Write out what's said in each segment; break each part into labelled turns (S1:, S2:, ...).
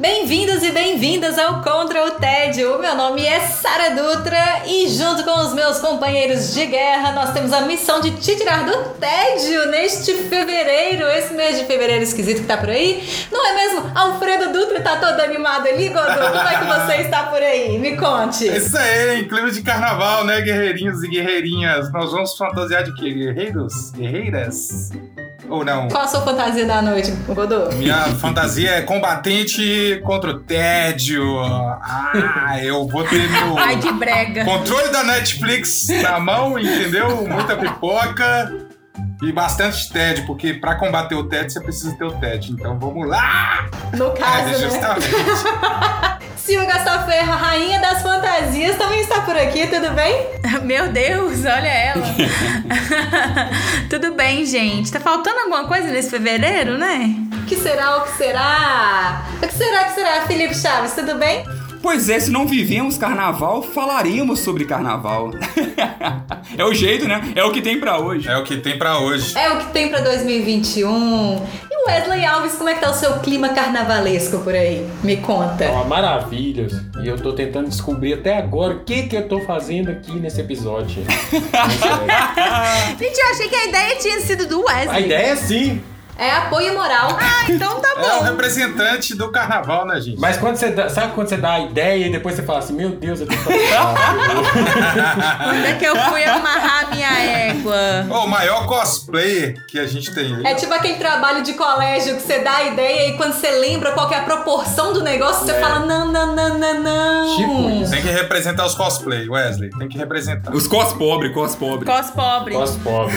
S1: Bem-vindos e bem-vindas ao Contra o Tédio. Meu nome é Sara Dutra e junto com os meus companheiros de guerra, nós temos a missão de te tirar do tédio neste fevereiro, esse mês de fevereiro esquisito que tá por aí. Não é mesmo? Alfredo Dutra tá todo animado ali, Godô. Como é que você está por aí? Me conte.
S2: É Isso aí, em clima de carnaval, né, guerreirinhos e guerreirinhas? Nós vamos fantasiar de quê? Guerreiros? Guerreiras? Ou não?
S1: Qual a sua fantasia da noite, Godô?
S2: Minha fantasia é combatente contra o tédio. Ah, eu vou ter meu
S3: Ai, que brega.
S2: controle da Netflix na mão, entendeu? Muita pipoca e bastante tédio, porque pra combater o tédio você precisa ter o tédio. Então vamos lá!
S1: No caso,
S2: é,
S1: né?
S2: justamente.
S1: Silvia Gastaferra, rainha das fantasias, também está por aqui, tudo bem?
S3: Meu Deus, olha ela. Tudo bem, gente. Tá faltando alguma coisa nesse fevereiro, né?
S1: O que será, o que será? O que será, o que será? Felipe Chaves, tudo bem?
S4: Pois é, se não vivemos carnaval, falaremos sobre carnaval. é o jeito, né? É o que tem pra hoje.
S2: É o que tem pra hoje.
S1: É o que tem pra 2021. E o Wesley Alves, como é que tá o seu clima carnavalesco por aí? Me
S5: É
S1: conta.
S5: uma maravilha. assim. E eu tô tentando descobrir até agora o que que eu tô fazendo aqui nesse episódio.
S3: Gente, eu achei que a ideia tinha sido do Wesley.
S5: A ideia é sim,
S1: É apoio moral.
S3: Ah, então tá
S2: É o
S3: bom.
S2: representante do carnaval, né, gente?
S5: mas quando você dá, sabe quando você dá a ideia e depois você fala assim, meu Deus, eu tô fazendo
S3: Quando é que eu fui amarrar minha égua?
S2: Ô, O maior cosplayer que a gente tem aí.
S1: É tipo aquele trabalho de colégio que você dá a ideia e quando você lembra qual que é a proporção do negócio, você fala não, não, não, não, não.
S5: É. Tipo isso.
S2: Tem que representar os cosplay, Wesley. Tem que representar.
S4: Os cos pobre, cos pobre.
S3: Cos pobre.
S5: Nós pobre.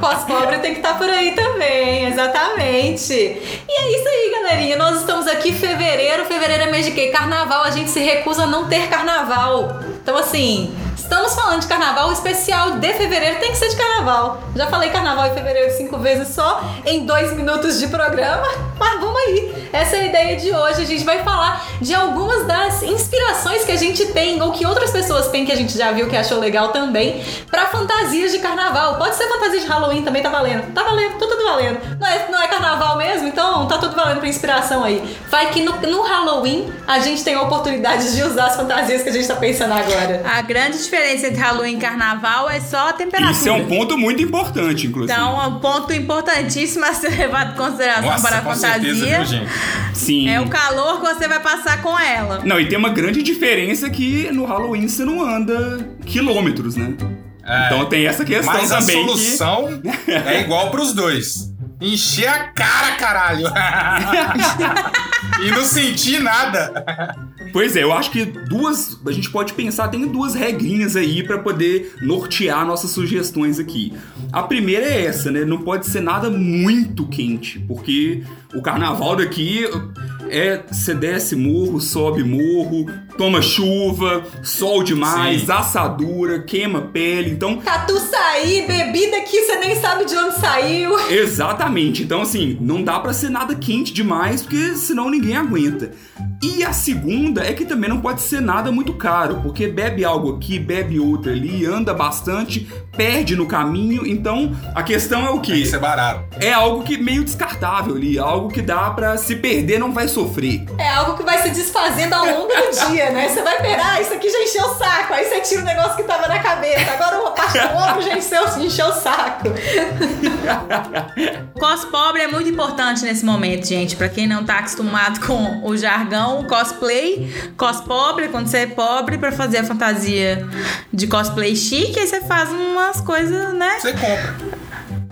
S1: Cos pobre tem que estar por aí também, exatamente. E é isso aí, galerinha. Nós estamos aqui em fevereiro. Fevereiro é mês de quê? Carnaval. A gente se recusa a não ter carnaval. Então, assim, estamos falando de carnaval. O especial de fevereiro tem que ser de carnaval. Já falei carnaval e fevereiro cinco vezes só em dois minutos de programa. Mas vamos aí. Essa é a ideia de hoje. A gente vai falar de algumas das inspirações que a gente tem ou que outras pessoas têm que a gente já viu que achou legal também pra fantasias de carnaval. Pode ser fantasia de Halloween também, tá valendo. Tá valendo, tá tudo valendo. Não é, não é carnaval mesmo, então tá tudo valendo pra inspiração aí. Vai que no, no Halloween a gente tem a oportunidade de usar as fantasias que a gente tá pensando agora.
S3: A grande diferença entre Halloween e Carnaval é só a temperatura.
S4: Isso é um ponto muito importante, inclusive.
S3: Então, é um ponto importantíssimo a ser levado em consideração para a
S2: com certeza, viu,
S3: fantasia.
S2: gente?
S4: Sim.
S3: é o calor que você vai passar com ela.
S4: Não, e tem uma grande diferença que no Halloween você não anda quilômetros, né?
S2: É.
S4: Então tem essa questão
S2: Mas a
S4: também. que-
S2: solução é igual pros dois. Encher a cara, caralho. e não sentir nada.
S4: Pois é, eu acho que duas. A gente pode pensar, tem duas regrinhas aí pra poder nortear nossas sugestões aqui. A primeira é essa, né? Não pode ser nada muito quente, porque o carnaval daqui é. Você desce morro, sobe morro, toma chuva, sol demais,
S2: Sim.
S4: assadura, queima pele. Então,
S1: Tatu sair, bebida que você nem sabe de onde saiu.
S4: Exatamente. Então, assim, não dá pra ser nada quente demais, porque senão ninguém aguenta. E a segunda é que também não pode ser nada muito caro, porque bebe algo aqui, bebe outra ali, anda bastante, perde no caminho. Então, a questão é o
S2: Que
S4: quê?
S2: isso é barato.
S4: É algo que meio descartável ali, algo que dá pra se perder não vai sofrer.
S1: É algo que vai se desfazendo ao longo do dia, né? Você vai pegar, ah, isso aqui já encheu o saco. Aí você tira o negócio que tava na cabeça. Agora uma parte do ombro já encheu, encheu o saco.
S3: Cos pobre é muito importante nesse momento, gente. Pra quem não tá acostumado com o jargão, o cosplay, cos pobre é quando você é pobre pra fazer a fantasia de cosplay chique, aí você faz umas coisas, né?
S2: Você compra.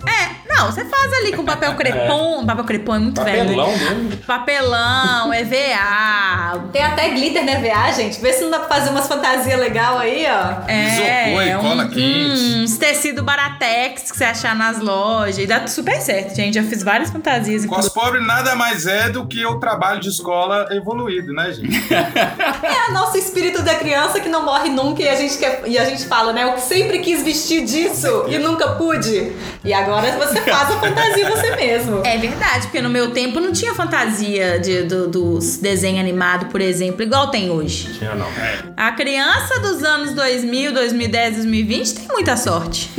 S3: É, não,
S1: Não, você faz ali com papel crepom. Papel crepom é muito velho. né?
S5: Papelão mesmo.
S1: Papelão, é EVA.
S6: Tem até glitter, né, VA, gente? Vê se não dá pra fazer umas fantasias legais aí, ó.
S1: É,
S2: Isopor e
S1: um-
S2: cola quente.
S1: Uns tecido baratex que você achar nas lojas. E dá super certo, gente. Já fiz várias fantasias. inclusive.
S2: Cospobre nada mais é do que o trabalho de escola evoluído, né, gente?
S6: É o nosso espírito da criança que não morre nunca e a gente, quer, e a gente fala, né? Eu sempre quis vestir disso e nunca pude. E agora você faz a fantasia você mesmo.
S1: É verdade, porque no meu tempo não tinha fantasia de, do, dos desenho animado, por exemplo, igual tem hoje.
S5: Tinha não.
S1: A criança dos anos 2000, 2010, 2020 tem muita sorte.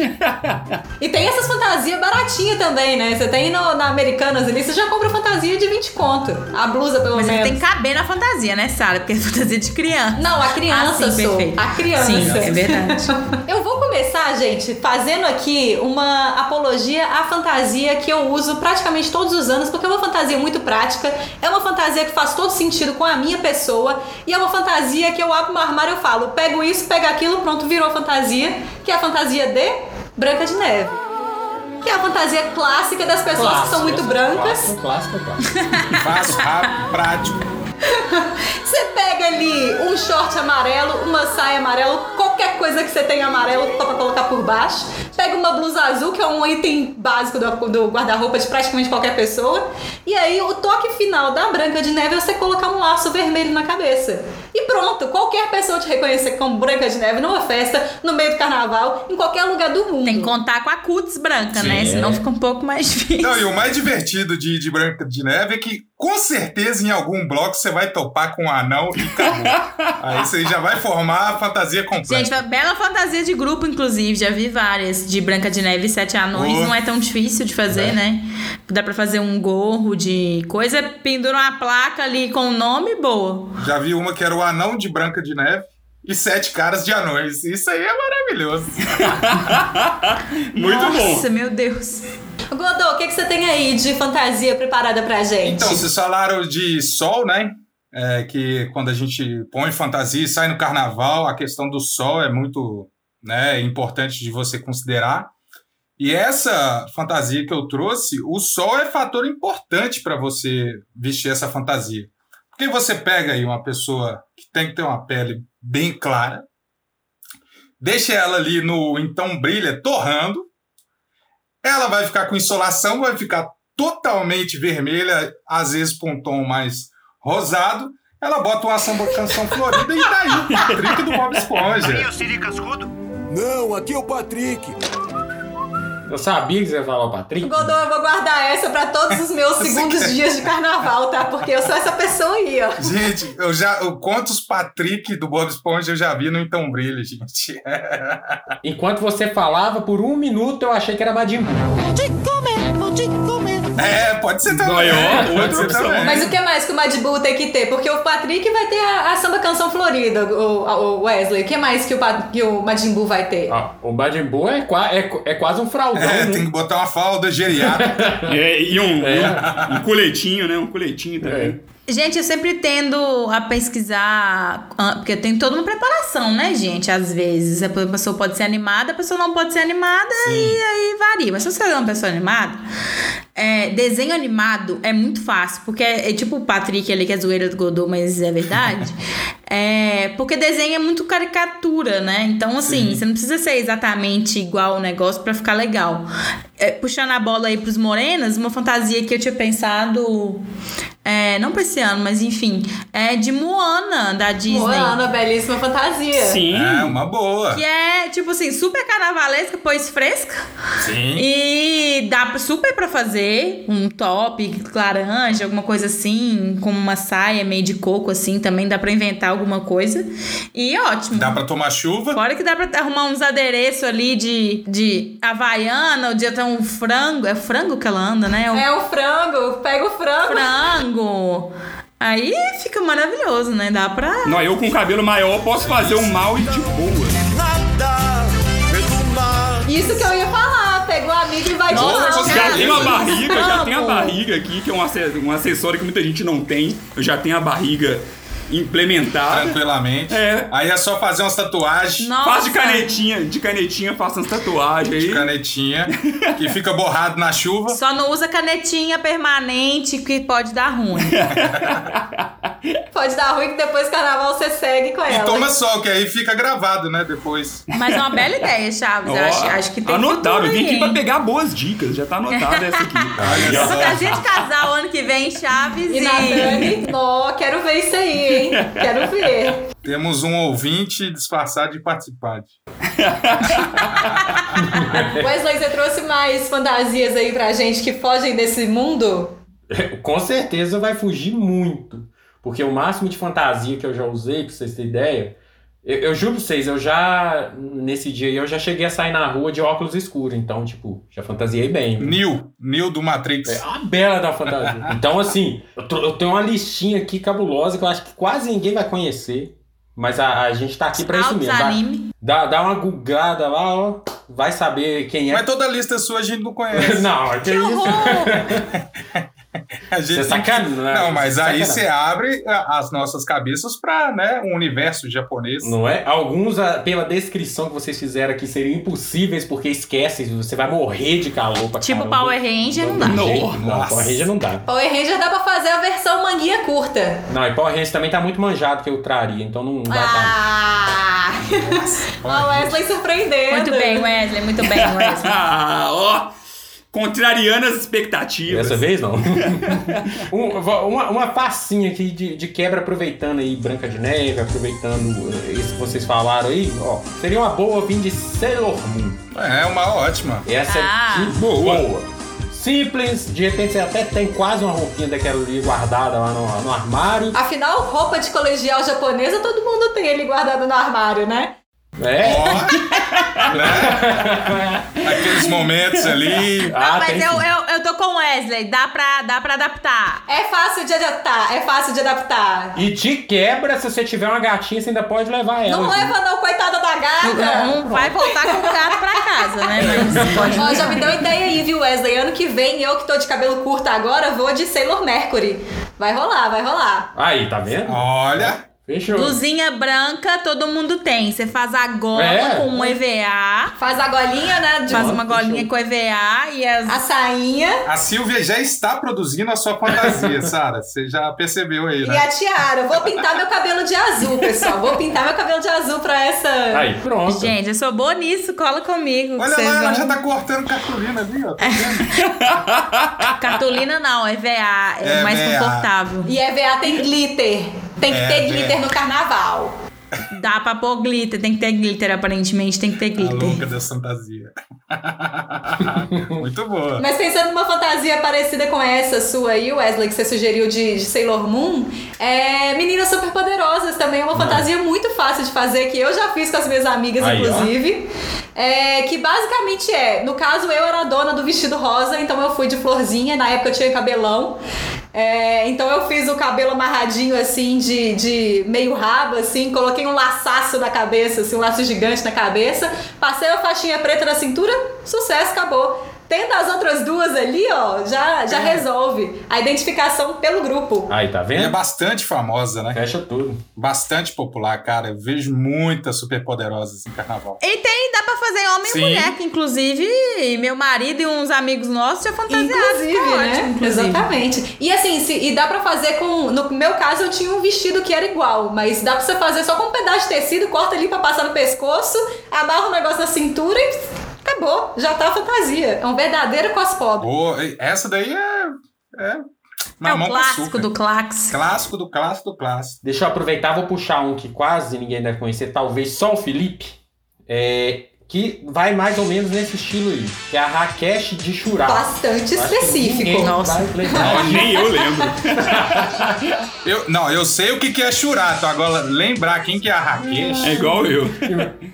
S6: E tem essas fantasias baratinhas também, né? Você tem no, na Americanas ali, você já compra fantasia de 20 conto. A blusa, pelo
S1: Mas
S6: menos.
S1: tem que caber na fantasia, né, Sara? Porque é fantasia de criança.
S6: Não, a criança,
S1: Ah, sim,
S6: sou.
S1: perfeito.
S6: A criança.
S1: Sim, é verdade.
S6: Eu vou começar, gente, fazendo aqui uma apologia à fantasia que eu uso praticamente todos os anos, porque é uma fantasia muito prática, é uma fantasia que faz todo sentido com a minha pessoa, e é uma fantasia que eu abro meu armário e eu falo, pego isso, pego aquilo, pronto, virou fantasia, que é a fantasia de Branca de Neve. Que é a fantasia clássica das pessoas que são muito brancas.
S5: Clássico, clássico, clássico.
S2: Fácil, rápido, prático.
S6: Você pega ali um short amarelo, uma saia amarela, qualquer coisa que você tenha amarelo só pra colocar por baixo. Pega uma blusa azul, que é um item básico do, do guarda-roupa de praticamente qualquer pessoa. E aí o toque final da Branca de Neve é você colocar um laço vermelho na cabeça. E pronto, qualquer pessoa te reconhecer como Branca de Neve numa festa, no meio do carnaval, em qualquer lugar do mundo.
S1: Tem que contar com a cutis branca, né?
S5: Sim.
S1: Senão fica um pouco mais difícil.
S2: Não, e o mais divertido de, de Branca de Neve é que, com certeza, em algum bloco você vai topar com um anão e acabou. Aí você já vai formar a fantasia completa.
S1: Gente, uma bela fantasia de grupo, inclusive. Já vi várias. De Branca de Neve e Sete Anões.
S2: Boa.
S1: Não é tão difícil de fazer, né? Dá pra fazer um gorro de coisa. Pendura uma placa ali com o nome, boa.
S2: Já vi uma que era o anão de Branca de Neve e sete caras de anões. Isso aí é maravilhoso.
S4: Muito bom.
S1: Nossa, meu Deus.
S6: Godô, o que, que você tem aí de fantasia preparada pra gente?
S2: Então, vocês falaram de sol, né? É, que quando a gente põe fantasia e sai no carnaval, a questão do sol é muito né, importante de você considerar. E essa fantasia que eu trouxe, o sol é fator importante para você vestir essa fantasia. Porque você pega aí uma pessoa que tem que ter uma pele bem clara, deixa ela ali no então brilha torrando, ela vai ficar com insolação, vai ficar totalmente vermelha, às vezes com um tom mais rosado, ela bota uma samba canção florida e daí o Patrick do Bob Esponja.
S7: o Siri Cascudo?
S8: Não, aqui é o Patrick.
S5: Eu sabia que você ia falar o Patrick.
S6: Godô, eu vou guardar essa pra todos os meus segundos dias de carnaval, tá? Porque eu sou essa pessoa aí, ó.
S2: Gente, eu já. Eu, quantos Patrick do Bob Esponja eu já vi no Então Brilha, gente?
S5: Enquanto você falava, por um minuto eu achei que era Majin Buu.
S2: É, pode ser também.
S4: Vai, ó,
S2: pode
S4: outra
S2: ser
S4: opção.
S2: também.
S6: Mas o que mais que o Madbu tem que ter? Porque o Patrick vai ter a, a samba canção florida, o, o Wesley. O que mais que o, Pa- que o Madimbu vai ter?
S5: Ah, o Majin Buu é, qua- é qu- é quase um fraudão,
S2: É,
S5: né?
S2: tem que botar uma falda geriátrica.
S4: É, e um,
S5: É.
S4: e um- um coletinho, né? Um coletinho também.
S1: Gente, eu sempre tendo a pesquisar, ah, porque tem toda uma preparação, né, gente? Às vezes a pessoa pode ser animada, a pessoa não pode ser animada e aí varia. Mas se você é uma pessoa animada, é, desenho animado é muito fácil, porque é, é tipo o Patrick ali que é zoeira do Godot, mas é verdade. É, porque desenho é muito caricatura, né? Então, assim, você não precisa ser exatamente igual o negócio pra ficar legal. É, puxando a bola aí pros morenas, uma fantasia que eu tinha pensado, é, não pra esse ano, mas enfim, é de Moana, da Disney.
S6: Moana, belíssima fantasia.
S4: Sim.
S2: É, uma boa.
S1: Que é, tipo assim, super carnavalesca, pois fresca.
S2: Sim.
S1: E dá pra- super pra fazer um top laranja, alguma coisa assim, com uma saia meio de coco assim, também dá pra inventar alguma coisa. E ótimo.
S2: Dá pra tomar chuva.
S1: Fora que dá pra arrumar uns adereços ali de, de havaiana, ou de até um frango. É frango que ela anda, né? É um
S6: É o frango, pega o frango.
S1: frango. Aí fica maravilhoso, né? Dá pra.
S4: Não, eu com cabelo maior posso fazer um mal e de boa.
S8: Nada pelo mar.
S6: Isso que eu ia falar, pegou o amigo e vai
S1: Nossa,
S6: de
S1: você
S6: mal.
S4: Já
S1: Cara,
S4: tenho a
S1: eu
S4: barriga, já
S1: amo.
S4: tenho a barriga aqui, que é um ace- um acessório que muita gente não tem. Eu já tenho a barriga implementada.
S2: tranquilamente.
S4: É.
S2: Aí é só fazer umas tatuagens
S1: Nossa.
S4: Faz de canetinha, de canetinha, faça umas tatuagens aí.
S2: de canetinha, que fica borrado na chuva.
S1: Só não usa canetinha permanente que pode dar ruim.
S6: Pode dar ruim que depois do carnaval você segue com
S2: E
S6: ela.
S2: toma sol, que aí fica gravado, né? Depois.
S1: Mas é uma bela ideia, Chaves.
S4: Ó,
S1: acho, acho que tem
S4: Anotado,
S1: futuro
S4: eu vim
S1: aí,
S4: aqui pra
S1: hein?
S4: pegar boas dicas, já tá anotado essa aqui.
S2: Olha
S4: Já-
S2: só.
S1: Se a gente casar o ano que vem, Chaves
S6: E
S1: e...
S6: Natane, nó, quero ver isso aí, hein? Quero ver.
S2: Temos um ouvinte disfarçado de participante.
S6: Wesley, você trouxe mais fantasias aí pra gente que fogem desse mundo?
S5: Com certeza vai fugir muito. Porque o máximo de fantasia que eu já usei, pra vocês terem ideia, eu, eu juro pra vocês, eu já, nesse dia aí, eu já cheguei a sair na rua de óculos escuros. Então, tipo, já fantasiei bem.
S2: Neil, Neil do Matrix.
S5: É a bela da fantasia. Então, assim, eu, tro- eu tenho uma listinha aqui cabulosa que eu acho que quase ninguém vai conhecer. Mas a, a gente tá aqui pra isso
S1: Altos
S5: mesmo. Vai-
S1: anime.
S5: Dá, dá uma gugada lá, ó. Vai saber quem é.
S2: Mas toda a lista sua a gente não conhece.
S5: Não, é que
S1: Que
S5: isso.
S1: horror!
S2: A gente
S5: Você é sacanagem. é
S2: Não, mas aí
S5: Sacanagem.
S2: você abre a- as nossas cabeças pra né, um universo japonês.
S5: Não é? Alguns, ah, pela descrição que vocês fizeram aqui, seriam impossíveis porque esquece, você vai morrer de calor pra
S1: Tipo
S5: caramba.
S1: Power Ranger, não dá.
S5: Não,
S4: Nossa.
S5: não, Power Ranger não dá.
S6: Power Ranger dá pra fazer a versão manguinha curta.
S5: Não, e Power Ranger também tá muito manjado que eu traria, então não dá pra...
S6: Ah! Ó, Wesley surpreendendo.
S1: Muito bem, Wesley. Muito bem, Wesley.
S4: Ah, ó, contrariando as expectativas.
S5: Dessa vez não. Um- uma, uma facinha aqui de, de quebra, aproveitando aí Branca de Neve, aproveitando eh, isso que vocês falaram aí, ó. Seria uma boa vir de Sailor Moon.
S2: É uma ótima.
S5: Essa
S1: Ah.
S5: é de boa. Simples, de repente você até tem quase uma roupinha daquela ali guardada lá no, no armário. né?
S6: Afinal, roupa de colegial japonesa todo mundo tem ali guardado no armário, né?
S5: É.
S2: Ó, né? Aqueles momentos ali.
S1: Não,
S5: Ah, tem
S1: mas eu,
S5: sim.
S1: eu, eu tô com o Wesley. Dá pra, dá pra adaptar.
S6: É fácil de adaptar, é fácil de
S1: é-
S6: adaptar.
S5: E te quebra, se você tiver uma gatinha, você ainda pode levar ela.
S6: Não leva não, coitada da
S1: Não,
S6: gata.
S1: não vai voltar com o gato pra casa,
S5: É,
S1: né? Mas pode...
S6: Ó, já me deu ideia aí, viu, Wesley? Ano que vem, eu que tô de cabelo curto agora, vou de Sailor Mercury. Vai rolar, vai rolar.
S5: Aí, tá
S2: Ah.
S5: vendo?
S2: Olha,
S5: Fechou.
S1: Luzinha branca, todo mundo tem. Você faz a gola
S5: É.
S1: com um EVA.
S6: Faz a golinha, né? De...
S1: Faz uma golinha com EVA e as
S6: A sainha
S2: a Silvia já está produzindo a sua fantasia, Sara. Você já percebeu aí,
S6: e
S2: né?
S6: a tiara. Vou pintar meu cabelo de azul, pessoal. Vou pintar meu cabelo de azul pra essa.
S5: Aí, pronto.
S1: Gente, eu sou boa nisso, cola comigo.
S2: Olha
S1: vocês
S2: lá,
S5: né?
S2: ela
S1: vão-
S2: já tá cortando cartolina ali, ó. tá vendo?
S1: Cartolina não, é VA, é,
S2: É
S1: mais
S2: VA.
S5: confortável.
S1: confortável.
S6: E EVA tem glitter. Tem que
S2: É,
S6: ter
S2: né?
S6: glitter no carnaval.
S1: Dá pra pôr glitter, tem que ter glitter, aparentemente tem que ter
S2: A louca
S1: glitter.
S2: da fantasia. Muito boa.
S6: Mas pensando numa fantasia parecida com essa sua aí, Wesley, que você sugeriu de, de Sailor Moon, é Meninas Superpoderosas também é uma fantasia muito fácil de fazer, que eu já fiz com as minhas amigas,
S5: Aí, ó.
S6: inclusive. É, que basicamente é, no caso, eu era a dona do vestido rosa, então eu fui de florzinha, na época eu tinha cabelão. É, então eu fiz o cabelo amarradinho assim, de, de meio rabo, assim, coloquei um laçaço na cabeça, assim, um laço gigante na cabeça, passei a faixinha preta na cintura, sucesso, acabou. Tendo as outras duas ali, ó, já, já resolve a identificação pelo grupo.
S5: Aí, tá
S2: E é
S5: vendo?
S2: bastante famosa, né?
S5: Fecha tudo.
S2: Bastante popular, cara. Eu vejo muitas superpoderosas em carnaval.
S1: E tem, dá pra fazer homem
S2: Sim.
S1: e mulher, que inclusive meu marido e uns amigos nossos já fantasiaram.
S6: Inclusive,
S1: ficou
S6: né?
S1: ótimo, inclusive.
S6: Exatamente. E assim, se- e dá pra fazer com. No meu caso, eu tinha um vestido que era igual, mas dá pra você fazer só com um pedaço de tecido, corta ali pra passar no pescoço, amarra o negócio na cintura e acabou. Já tá a fantasia. É um verdadeiro cospob.
S2: Boa. E Essa daí é. É,
S1: É
S2: na
S1: o
S2: mão com
S1: clássico
S2: açúcar.
S1: do Clax.
S2: Clássico do clássico do clássico.
S5: Deixa eu aproveitar, vou puxar um que quase ninguém deve conhecer, talvez só o Felipe, é, que vai mais ou menos nesse estilo aí, que é a Rakesh de Shura.
S6: Bastante
S5: Acho que
S6: específico.
S5: ninguém
S1: Nossa.
S5: vai lembrar.
S4: Ó, nem eu lembro.
S2: Eu, não, eu sei o que que é churato. Agora, lembrar quem que é a Raquel.
S4: É igual eu.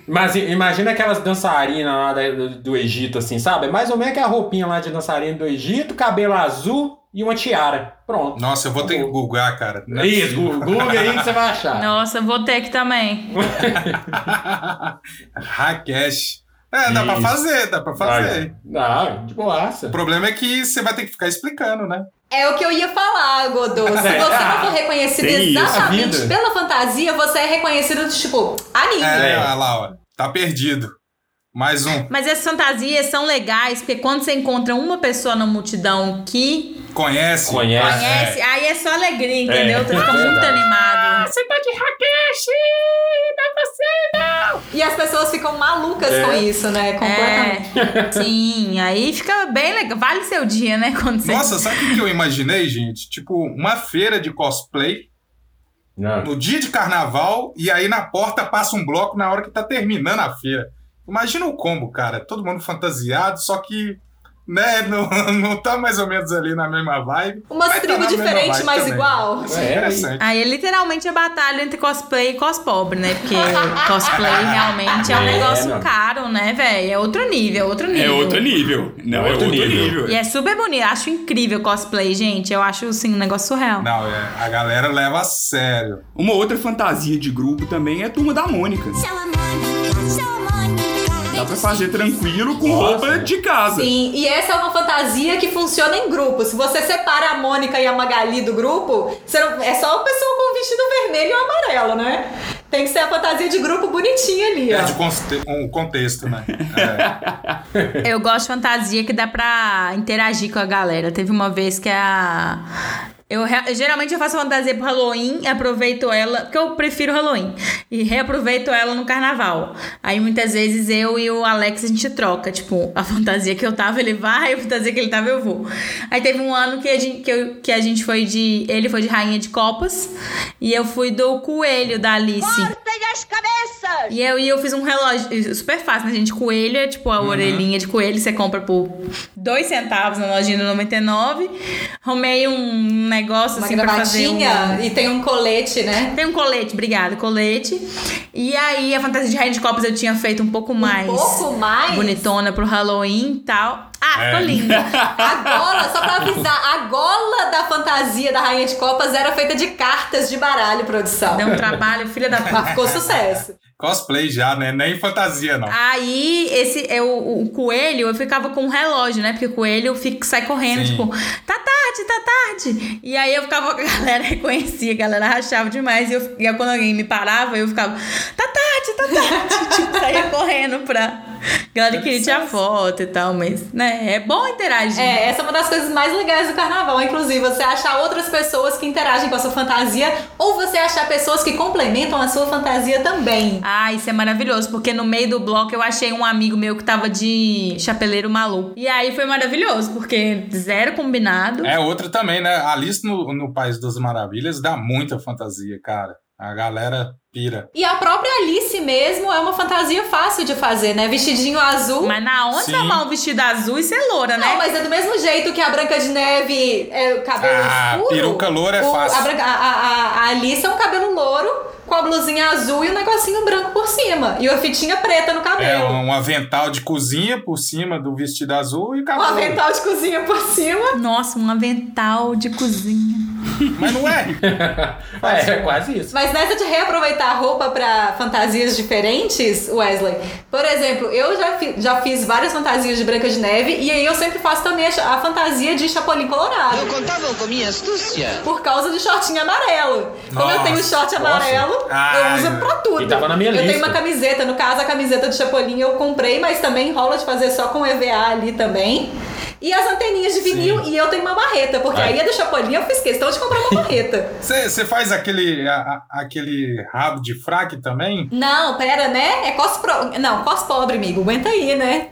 S5: Mas i- imagina aquelas dançarinas lá da- do, do Egito, assim, sabe? É mais ou menos aquela roupinha lá de dançarina do Egito, cabelo azul e uma tiara. Pronto.
S2: Nossa, eu vou ter que googar, cara. Não é
S5: Isso,
S2: possível.
S5: Gu- Google aí que você vai achar.
S1: Nossa, vou ter que também.
S2: Rakesh. É, dá pra
S5: Isso.
S2: fazer, dá pra fazer.
S5: Ah, de
S2: O
S5: boaça.
S2: problema é que você vai ter que ficar explicando, né?
S6: É o que eu ia falar, Godô. Se você não for reconhecido
S4: Tem isso,
S6: exatamente
S5: vida.
S6: pela fantasia, você é reconhecido do tipo anime.
S2: É, olha lá, ó. Tá perdido. Mais um.
S1: Mas essas fantasias são legais, porque quando você encontra uma pessoa na multidão que
S2: Conhece? Ah,
S5: Conhece.
S1: conhece, aí é só alegria, entendeu?
S5: É,
S1: Tu fica muito
S5: verdade.
S1: animado.
S6: E as pessoas ficam malucas
S5: É.
S6: com isso, né? Completamente.
S1: É, sim, aí fica bem legal. Vale seu dia, né? Quando você
S2: Nossa, sabe o que que eu imaginei, gente? Tipo, uma feira de cosplay
S5: Não.
S2: no dia de carnaval e aí na porta passa um bloco na hora que tá terminando a feira. Imagina o combo, cara. Todo mundo fantasiado, só que, né, não, não tá mais ou menos ali na mesma vibe.
S6: Umas
S2: Vai tá
S6: tribos
S2: na mesma
S6: diferentes,
S2: vibe
S6: mas
S2: também.
S6: igual.
S2: Isso
S5: É,
S2: é interessante.
S1: Aí é literalmente a batalha entre cosplay e cospobre, né? Porque cosplay realmente é um
S5: É,
S1: negócio
S5: não.
S1: caro, né, velho? É outro nível, outro nível.
S4: É outro nível. Não, é
S5: Outro
S4: outro
S5: nível.
S4: nível.
S1: E é super bonito. Acho incrível cosplay, gente. Eu acho, assim, um negócio surreal.
S2: Não, é, a galera leva a sério.
S4: Uma outra fantasia de grupo também é a turma da Mônica. Dá pra fazer tranquilo com
S5: Nossa.
S4: roupa de casa.
S6: Sim, e essa é uma fantasia que funciona em grupo. Se você separa a Mônica e a Magali do grupo, você não- é só o pessoal com o vestido vermelho e o amarelo, né? Tem que ser a fantasia de grupo bonitinha ali,
S2: Perde o
S6: ó.
S2: conte- o contexto, né? É.
S1: Eu gosto de fantasia que dá pra interagir com a galera. Teve uma vez que a. Eu, rea- eu geralmente eu faço fantasia pro Halloween, aproveito ela, porque eu prefiro Halloween. E reaproveito ela no carnaval. Aí muitas vezes eu e o Alex a gente troca. Tipo, a fantasia que eu tava, ele vai, a fantasia que ele tava, eu vou. Aí teve um ano que a gente, que eu- que a gente foi de. Ele foi de Rainha de Copas. E eu fui do coelho da Alice. E eu, e eu fiz um relógio super fácil, né, gente? Coelho é tipo a orelhinha de coelho, você compra por dois centavos na lojinha do 99. Arrumei um negócio
S6: Uma
S1: assim pra fazer.
S6: gravatinha
S1: Um...
S6: e tem um colete, né?
S1: Tem um colete, obrigada, colete. E aí a fantasia de Rainha de Copas eu tinha feito um pouco mais
S6: Um pouco mais.
S1: bonitona pro Halloween e tal. Ah,
S2: É.
S1: ficou linda.
S6: A gola, só pra avisar, a gola da fantasia da Rainha de Copas era feita de cartas de baralho, produção.
S1: Deu um trabalho, filha da
S6: Mas ficou sucesso.
S2: Cosplay já, né? Nem fantasia, não.
S1: Aí, esse, eu, o o coelho, eu ficava com o relógio, né? Porque o coelho fica, sai correndo,
S2: Sim.
S1: tipo, tá tarde, tá tarde. E aí eu ficava com a galera, reconhecia, a galera rachava demais. E, eu, e aí quando alguém me parava, eu ficava, tá tarde, tá tarde. tipo, saía correndo pra. A galera queria tirar foto e tal, mas, né? É bom interagir.
S6: É, essa é uma das coisas mais legais do carnaval, inclusive, você achar outras pessoas que interagem com a sua fantasia ou você achar pessoas que complementam a sua fantasia também.
S1: Ah, isso é maravilhoso, porque no meio do bloco eu achei um amigo meu que tava de chapeleiro maluco. E aí foi maravilhoso, porque zero combinado.
S2: É outra também, né? A Alice no, no País das Maravilhas dá muita fantasia, cara. A galera pira.
S6: E a própria Alice mesmo é uma fantasia fácil de fazer, né? Vestidinho azul.
S1: Mas na onda
S2: É. Sim.
S1: tá mal vestido azul e ser loura,
S6: Não,
S1: né?
S6: mas é do mesmo jeito que a Branca de Neve é o cabelo
S2: Ah,
S6: escuro.
S2: peruca loura é
S6: o- A,
S2: fácil.
S6: Branca- a- a- a- a Alice é um cabelo louro com a blusinha azul e um negocinho branco por cima. E uma fitinha preta no
S2: É
S6: cabelo.
S2: um avental de cozinha por cima do vestido azul e
S6: Um
S2: acabou.
S6: avental de cozinha por cima.
S1: Nossa, um avental de cozinha.
S2: Mas não é.
S5: É, é quase isso.
S6: Mas nessa de reaproveitar a roupa pra fantasias diferentes, Wesley, por exemplo, eu já, fi- já fiz várias fantasias de Branca de Neve e aí eu sempre faço também a, cha- a fantasia de Chapolin Colorado.
S3: Eu contava com minha astúcia.
S6: Por causa do shortinho amarelo. Como eu
S2: Nossa,
S6: tenho short amarelo, eu
S2: Ai,
S6: uso pra tudo.
S5: Ah, E tava na minha
S6: eu tenho
S5: lista.
S6: uma camiseta, no caso a camiseta do Chapolin eu comprei, mas também rola de fazer só com EVA ali também. E as anteninhas de vinil e eu tenho uma barreta, porque
S5: Ai.
S6: aí a do Chapolin eu fiz questão de comprar uma barreta.
S2: Você faz aquele, a- a- aquele rabo de fraque também?
S6: Não, pera, né? É cospro... Não, cospobre, amigo. Aguenta aí, né?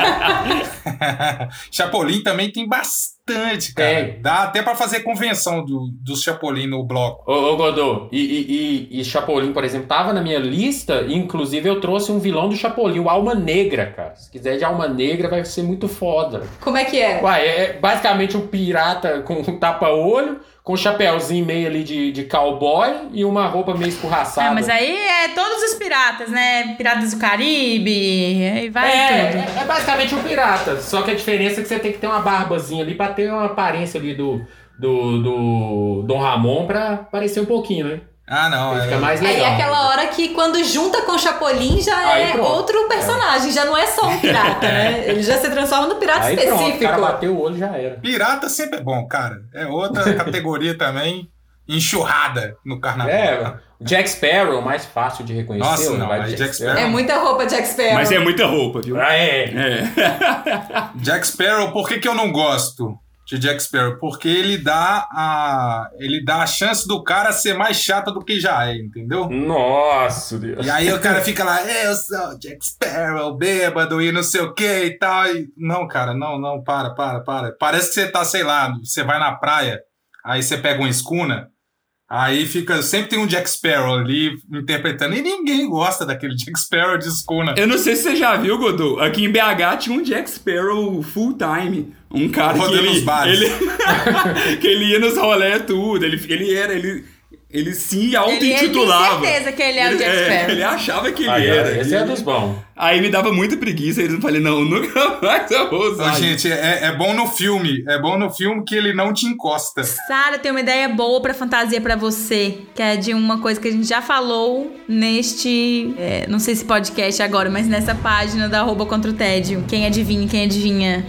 S2: Ah. Chapolin também tem bastante, cara.
S5: Tem.
S2: Dá até pra fazer convenção do, do Chapolin no bloco.
S5: Ô, ô Godô, e, e, e, e Chapolin, por exemplo, tava na minha lista, e inclusive eu trouxe um vilão do Chapolin, o Alma Negra, cara. Se quiser de Alma Negra, vai ser muito foda.
S6: Como é que é?
S5: Uai, é, é basicamente um pirata com um tapa-olho, com um chapéuzinho meio ali de, de cowboy e uma roupa meio escorraçada.
S1: Ah, mas aí é todos os piratas, né? Piratas do Caribe, aí vai
S5: é,
S1: tudo.
S5: é, é basicamente um pirata, só que a diferença é que você tem que ter uma barbazinha ali pra ter uma aparência ali do, do, do Dom Ramon pra parecer um pouquinho, né?
S2: Ah, não.
S5: Aí fica
S2: é-
S5: mais
S6: Aí
S5: legal.
S6: é aquela hora que quando junta com o Chapolin já
S5: Aí
S6: é
S5: pronto.
S6: outro personagem, já não é só um pirata, né? Ele já se transforma no pirata
S5: Aí
S6: específico.
S5: pronto, o cara bateu o olho já era.
S2: Pirata sempre é bom, cara. É outra categoria também enxurrada no carnaval.
S5: É, o Jack Sparrow, mais fácil de reconhecer.
S2: Nossa,
S5: ou
S2: não,
S5: vai
S2: aí
S5: de
S2: Jack
S6: É muita roupa Jack Sparrow.
S4: Mas é muita roupa, viu?
S5: Ah, é.
S4: É.
S2: Jack Sparrow, por que, que eu não gosto de Jack Sparrow? Porque ele dá a ele dá a chance do cara ser mais chato do que já é, entendeu?
S5: Nossa, Deus.
S2: E aí o cara fica lá, eu sou Jack Sparrow, bêbado e não sei o que e tal. E, não, cara, não, não, para, para, para. Parece que você tá, sei lá, você vai na praia, aí você pega uma escuna, aí fica, sempre tem um Jack Sparrow ali interpretando, e ninguém gosta daquele Jack Sparrow de escuna.
S4: Eu não sei se você já viu, Godô. Aqui em BH tinha um Jack Sparrow full time. Um cara que
S2: Rodando
S4: ele,
S2: os bares.
S4: ele- que ele ia nos rolé tudo. Ele, ele era, ele, ele se
S3: Ele
S4: auto-intitulava.
S3: tem é certeza que ele é o Jack Sparrow.
S4: ele achava que ele
S5: Aí,
S4: era.
S5: esse é dos bons.
S4: Aí me dava muita preguiça. Aí eu falei, não, nunca mais eu vou
S2: Ô,
S4: usar.
S2: gente, é, é bom no filme, é bom no filme que ele não te encosta.
S3: Sara, eu tenho uma ideia boa pra fantasia pra você, que é de uma coisa que a gente já falou neste, é, não sei se podcast agora, mas nessa página da arroba contra o tédio. Quem adivinha, quem adivinha?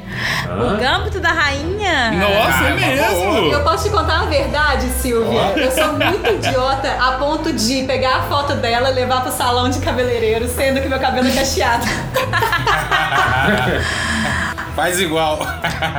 S3: O Gâmbito da Rainha.
S4: Nossa,
S2: Ah, é
S4: é
S2: uma
S4: mesmo?
S6: Eu posso te contar uma verdade, Silvia? Eu sou muito idiota a ponto de pegar a foto dela e levar pro salão de cabeleireiro, sendo que meu cabelo é cacheado.
S2: Faz igual.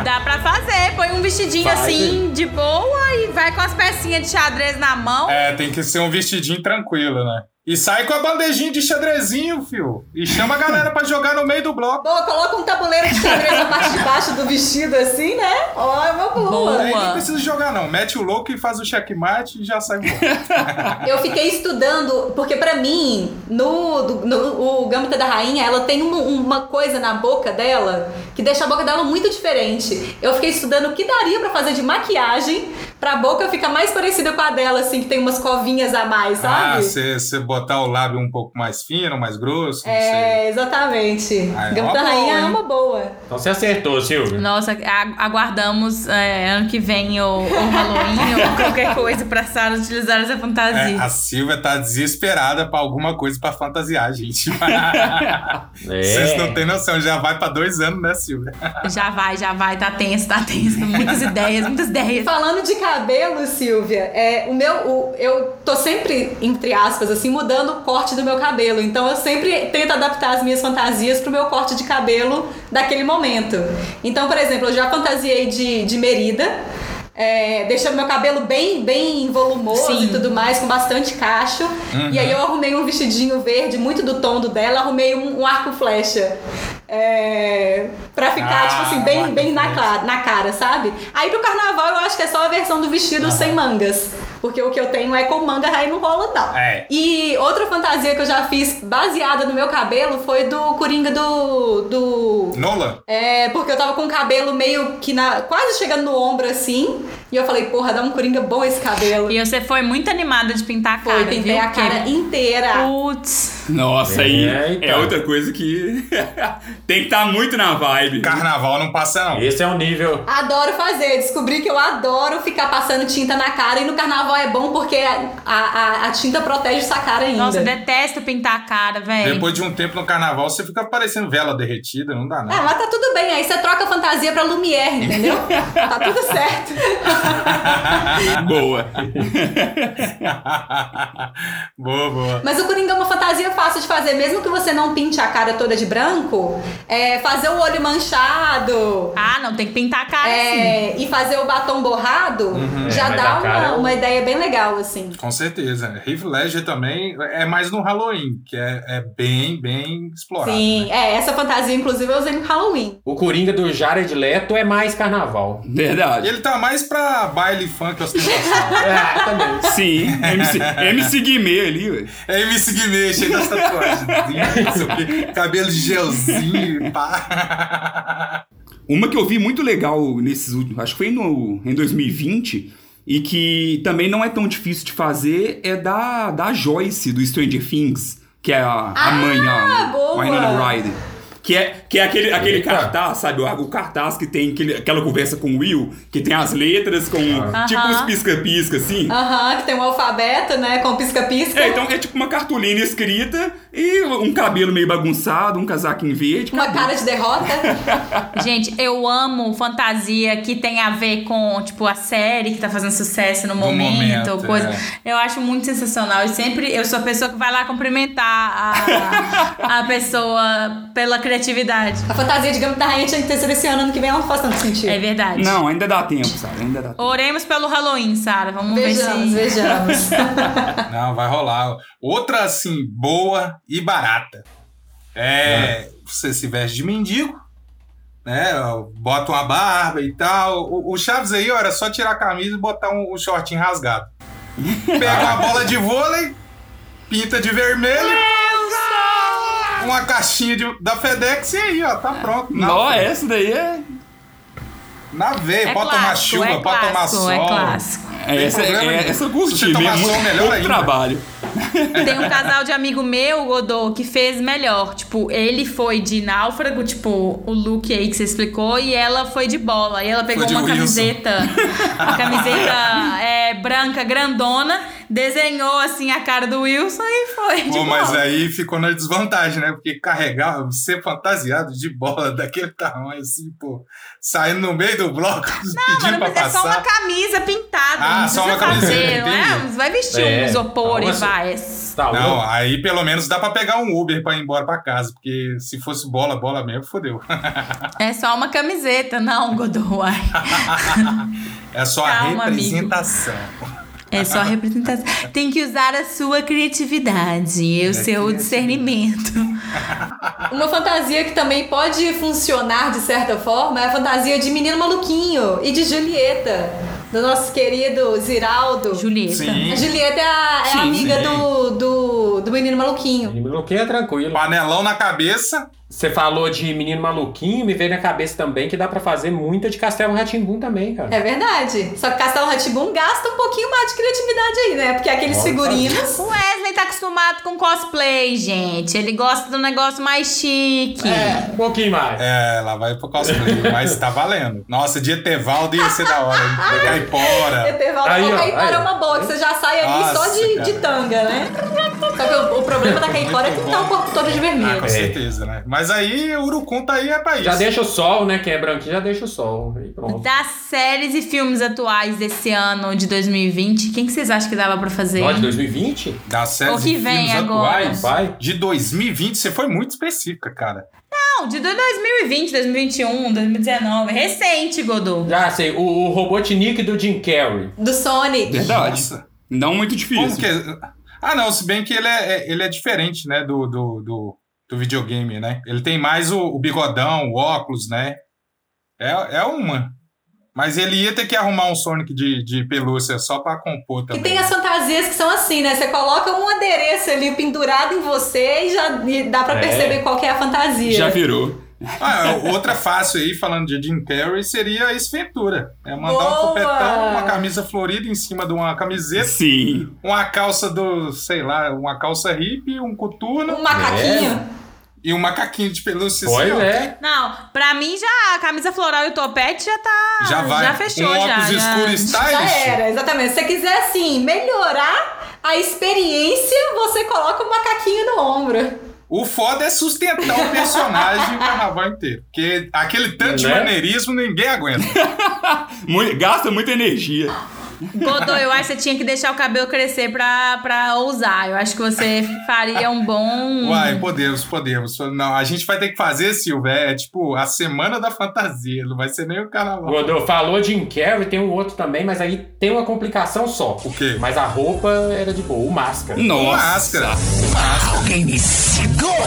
S3: Dá pra fazer, põe um vestidinho
S5: Faz,
S3: assim, de boa, e vai com as pecinhas de xadrez na mão.
S2: É, tem que ser um vestidinho tranquilo, né? E sai com a bandejinha de xadrezinho, fio. E chama a galera pra jogar no meio do bloco.
S6: Boa, coloca um tabuleiro de xadrez na parte de baixo do vestido assim, né? Ó, é uma boa.
S3: Boa.
S2: Aí nem precisa jogar, não. Mete o louco e faz o checkmate e já sai embora.
S6: Eu fiquei estudando, porque pra mim, no, do- no- o Gambita da Rainha, ela tem uma, uma coisa na boca dela que deixa a boca dela muito diferente. Eu fiquei estudando o que daria pra fazer de maquiagem pra boca ficar mais parecida com a dela, assim, que tem umas covinhas a mais,
S2: ah,
S6: sabe?
S2: você botar o lábio um pouco mais fino, mais grosso, não sei.
S6: É, exatamente.
S2: Ah, é
S6: Gambita
S2: uma
S6: da Rainha
S2: boa,
S6: é
S2: hein?
S6: uma boa.
S5: Então você acertou, Silvio.
S3: Nossa, a- aguardamos é, ano que vem o, o Halloween ou qualquer coisa pra Sara utilizar essa
S2: É,
S3: fantasia.
S2: a Silvia tá desesperada pra alguma coisa pra fantasiar, gente.
S5: É.
S2: Vocês não têm noção, já vai pra dois anos, né, Silvia?
S3: Já vai, já vai, tá tenso, tá tenso. Muitas ideias, muitas ideias.
S6: Falando de cabelo, Silvia, é, o meu, o- eu tô sempre, entre aspas, assim, mudando o corte do meu cabelo. Então eu sempre tento adaptar as minhas fantasias pro meu corte de cabelo daquele momento. Então, por exemplo, eu já fantasiei de, de Merida. é, deixando meu cabelo bem, bem volumoso
S3: Sim.
S6: e tudo mais, com bastante cacho. E
S2: Uhum.
S6: aí eu arrumei um vestidinho verde, muito do tom do dela, arrumei um, um arco flecha. É, pra ficar,
S2: Ah,
S6: tipo assim,
S2: um
S6: bem,
S2: arco
S6: bem na,
S2: flecha.
S6: clara- na cara, sabe? Aí pro carnaval eu acho que é só a versão do vestido sem mangas. Porque o que eu tenho é com manga, aí não rola tal.
S2: É.
S6: E outra fantasia que eu já fiz baseada no meu cabelo foi do Coringa do. do.
S2: Nola?
S6: É, porque eu tava com o cabelo meio que na. quase chegando no ombro assim. E eu falei, porra, dá um Coringa bom esse cabelo.
S3: E você foi muito animada de pintar a cara,
S6: Foi, pintei
S3: viu?
S6: a cara inteira.
S3: Porque- Putz.
S4: Nossa, aí
S5: Eita.
S4: é outra coisa que tem que estar muito na vibe.
S2: Carnaval não passa, não.
S5: Esse é o nível.
S6: Adoro fazer, descobri que eu adoro ficar passando tinta na cara e no carnaval é bom porque a, a, a tinta protege sua cara ainda.
S3: Nossa, eu detesto pintar a cara, velho.
S2: Depois de um tempo no carnaval, você fica parecendo vela derretida, não dá
S6: Ah,
S2: nada.
S6: mas tá tudo bem, aí você troca a fantasia pra Lumière, entendeu? tá tudo certo.
S4: Boa.
S2: boa, boa.
S6: Mas o Coringa é uma fantasia fácil de fazer, mesmo que você não pinte a cara toda de branco, é, fazer o olho manchado.
S3: Ah, não, tem que pintar a cara sim.
S6: é, e fazer o batom borrado já
S5: É, mas
S6: dá
S5: a cara
S6: uma,
S5: é um-
S6: uma ideia bem legal, assim.
S2: Com certeza. Heath Ledger também é mais no Halloween, que é, é bem, bem explorado.
S6: Sim,
S5: né?
S6: é, essa fantasia, inclusive, eu usei no Halloween.
S5: O Coringa do Jared Leto é mais carnaval.
S4: Verdade.
S2: Ele tá mais pra baile funk ostentação.
S5: É, também.
S4: Sim, MC, MC Guimê ali, ué.
S2: é MC Guimê, cheio das tatuagens. não sei o quê, Cabelo de gelzinho, pá.
S4: Uma que eu vi muito legal nesses últimos, acho que foi no, em 2020, e que também não é tão difícil de fazer, é da, da Joyce, do Stranger Things, que é a, a mãe, a
S6: boa!
S4: Winona Ryder. Que é, que é aquele, aquele cartaz, sabe? O o cartaz que tem aquele- aquela conversa com o Will, que tem as letras com tipo uns
S1: Aham.
S4: pisca-pisca, assim.
S1: Aham, que tem um alfabeto, né? Com pisca-pisca.
S4: É, então é tipo uma cartolina escrita e um cabelo meio bagunçado, um casaquinho verde.
S1: Uma cara de derrota.
S3: Gente, eu amo fantasia que tem a ver com, tipo, a série que tá fazendo sucesso no momento,
S2: momento,
S3: coisa.
S2: é.
S3: Eu acho muito sensacional. E sempre eu sou a pessoa que vai lá cumprimentar a, a pessoa pela criatividade.
S1: A fantasia de Gambit da Rainha tinha que ter sido esse ano, ano que vem ela não faz tanto sentido.
S3: É verdade.
S4: Não, ainda dá tempo, sabe? Ainda dá tempo.
S3: Oremos pelo Halloween, Sara. Vamos
S1: Vejamos,
S3: ver se.
S1: vejamos.
S2: Não, vai rolar. Outra, assim, boa e barata. É, Você se veste de mendigo, né? Bota uma barba e tal. O, o Chaves aí, ó, era só tirar a camisa e botar um, um shortinho rasgado. Pega uma bola de vôlei, pinta de vermelho. Uma caixinha de- da FedEx e aí, ó, tá pronto. Na,
S4: Não, essa daí é.
S2: na veia,
S3: É
S2: pode tomar
S3: clássico,
S2: chuva,
S3: é
S2: pode tomar
S3: clássico,
S2: sol.
S3: é clássico.
S4: é essa,
S2: problema
S4: é,
S2: nenhum.
S4: essa eu curti
S2: Se tomar
S4: mesmo.
S2: sol, melhor
S4: Pouco
S2: ainda.
S4: trabalho.
S3: Tem um casal de amigo meu, Godô, que fez melhor. Tipo, ele foi de náufrago, tipo, o look aí que você explicou, e ela foi de bola. E ela pegou
S2: de
S3: uma
S2: Wilson.
S3: camiseta, uma camiseta é, branca, grandona, desenhou assim a cara do Wilson e foi É de
S2: Pô,
S3: bola.
S2: mas é aí ficou na desvantagem, né? Porque carregar, ser fantasiado de bola daquele tamanho, assim, pô, saindo no meio do bloco, pedindo
S3: Mano,
S2: pra
S3: mas é só uma
S2: tipo passar.
S3: camisa pintada.
S2: Ah,
S3: não
S2: só
S3: precisa
S2: uma camiseta,
S3: fazer, não é?
S2: entendi.
S3: Vai vestir
S5: É,
S3: um isopor e
S5: calma,
S3: vai.
S5: Tá
S2: Não,
S5: louco?
S2: aí pelo menos dá pra pegar um Uber pra ir embora pra casa, porque se fosse bola, bola mesmo, fodeu.
S3: É só uma camiseta, não, Godô. ai.
S2: É só
S3: Calma,
S2: a
S3: amigo.
S2: representação.
S3: É só representação. Tem que usar a sua criatividade e o seu discernimento.
S1: Uma fantasia que também pode funcionar de certa forma é a fantasia de Menino Maluquinho e de Julieta, do nosso querido Ziraldo.
S3: Julieta.
S2: Sim.
S1: A Julieta é a, é a
S4: Sim,
S1: amiga
S2: sim.
S1: do, do, do Menino Maluquinho.
S5: Menino maluquinho é tranquilo.
S2: Panelão na cabeça,
S5: Você falou de menino maluquinho, me veio na cabeça também que dá pra fazer muita de Castelo Ratimbum também, cara.
S1: É verdade. Só que Castelo Ratibum gasta um pouquinho mais de criatividade aí, né? Porque aqueles
S5: Nossa.
S1: figurinos.
S3: O Wesley tá acostumado com cosplay, gente. Ele gosta do negócio mais chique.
S5: Um pouquinho mais.
S2: é, lá vai pro cosplay, mas tá valendo. Nossa, de Etevaldo ia ser da hora, hein? Da Caipora.
S1: Etervaldo
S5: Aí, ó,
S1: a caipora
S5: aí,
S1: é
S5: ó.
S1: uma boa, que você já sai ali só
S2: Nossa,
S1: de,
S2: cara.
S1: de tanga, né? Só que o, o problema da caipora é
S2: Muito
S1: pintar o
S2: bom.
S1: corpo todo de vermelho. É.
S2: Ah, com certeza, né? Mas aí o Urucum tá aí é pra isso.
S5: Já deixa o sol, né? Quem é branquinho já deixa o sol. E pronto.
S3: Das séries e filmes atuais desse ano de 2020, quem que vocês acham que dava pra fazer?
S5: Ó, de 2020?
S2: Da série
S3: O que
S2: de
S3: vem
S2: filmes
S3: agora?
S2: atuais
S5: Vai.
S2: de 2020, você foi muito específica, cara.
S3: Não, de 2020, 2021, 2019. Recente, Godô.
S5: Já sei, o, o Robotnik do Jim Carrey.
S1: Do Sonic.
S4: Verdade.
S2: Nossa,
S4: Não muito
S2: como
S4: difícil.
S2: que é? Ah, não, se bem que ele é, é- ele é diferente, né, do, do, do, do videogame, né? Ele tem mais o, o bigodão, o óculos, né? É, é uma. Mas ele ia ter que arrumar um Sonic de, de pelúcia só pra compor
S1: Que
S2: também.
S1: tem as fantasias que são assim, né? Você coloca um adereço ali pendurado em você e já e dá pra
S5: É.
S1: perceber qual que é a fantasia.
S4: Já virou.
S2: Ah, outra fácil aí, falando de Jim Carrey, seria a Esventura. É mandar
S1: Boa!
S2: um copetão, uma camisa florida em cima de uma camiseta,
S4: Sim.
S2: uma calça do, sei lá, uma calça hippie, um coturno.
S1: Um macaquinho.
S2: E um macaquinho de pelúcia.
S5: Pois
S2: assim, ó.
S5: é.
S3: Não, pra mim já a camisa floral e o topete já tá.
S2: Já vai.
S3: Já fechou,
S2: um
S3: já.
S2: óculos
S3: já.
S2: escuro
S1: Já
S5: É.
S2: stylish.
S1: era, exatamente. Se você quiser, assim, melhorar a experiência, você coloca o macaquinho no ombro.
S2: O foda é sustentar o personagem o carnaval inteiro. Porque aquele tanto de
S5: Né?
S2: maneirismo ninguém aguenta.
S4: Mu- gasta muita energia.
S3: Godô, eu acho que você tinha que deixar o cabelo crescer pra, pra ousar. Eu acho que você faria um bom.
S2: Uai, podemos, podemos. Não, a gente vai ter que fazer, Silvia. É tipo a semana da fantasia. Não vai ser nem o carnaval.
S5: Godô falou Jim Carrey, tem um outro também, mas aí tem uma complicação só.
S2: O quê?
S5: Mas a roupa era de boa, o máscara.
S4: Nossa.
S2: Máscara.
S4: Não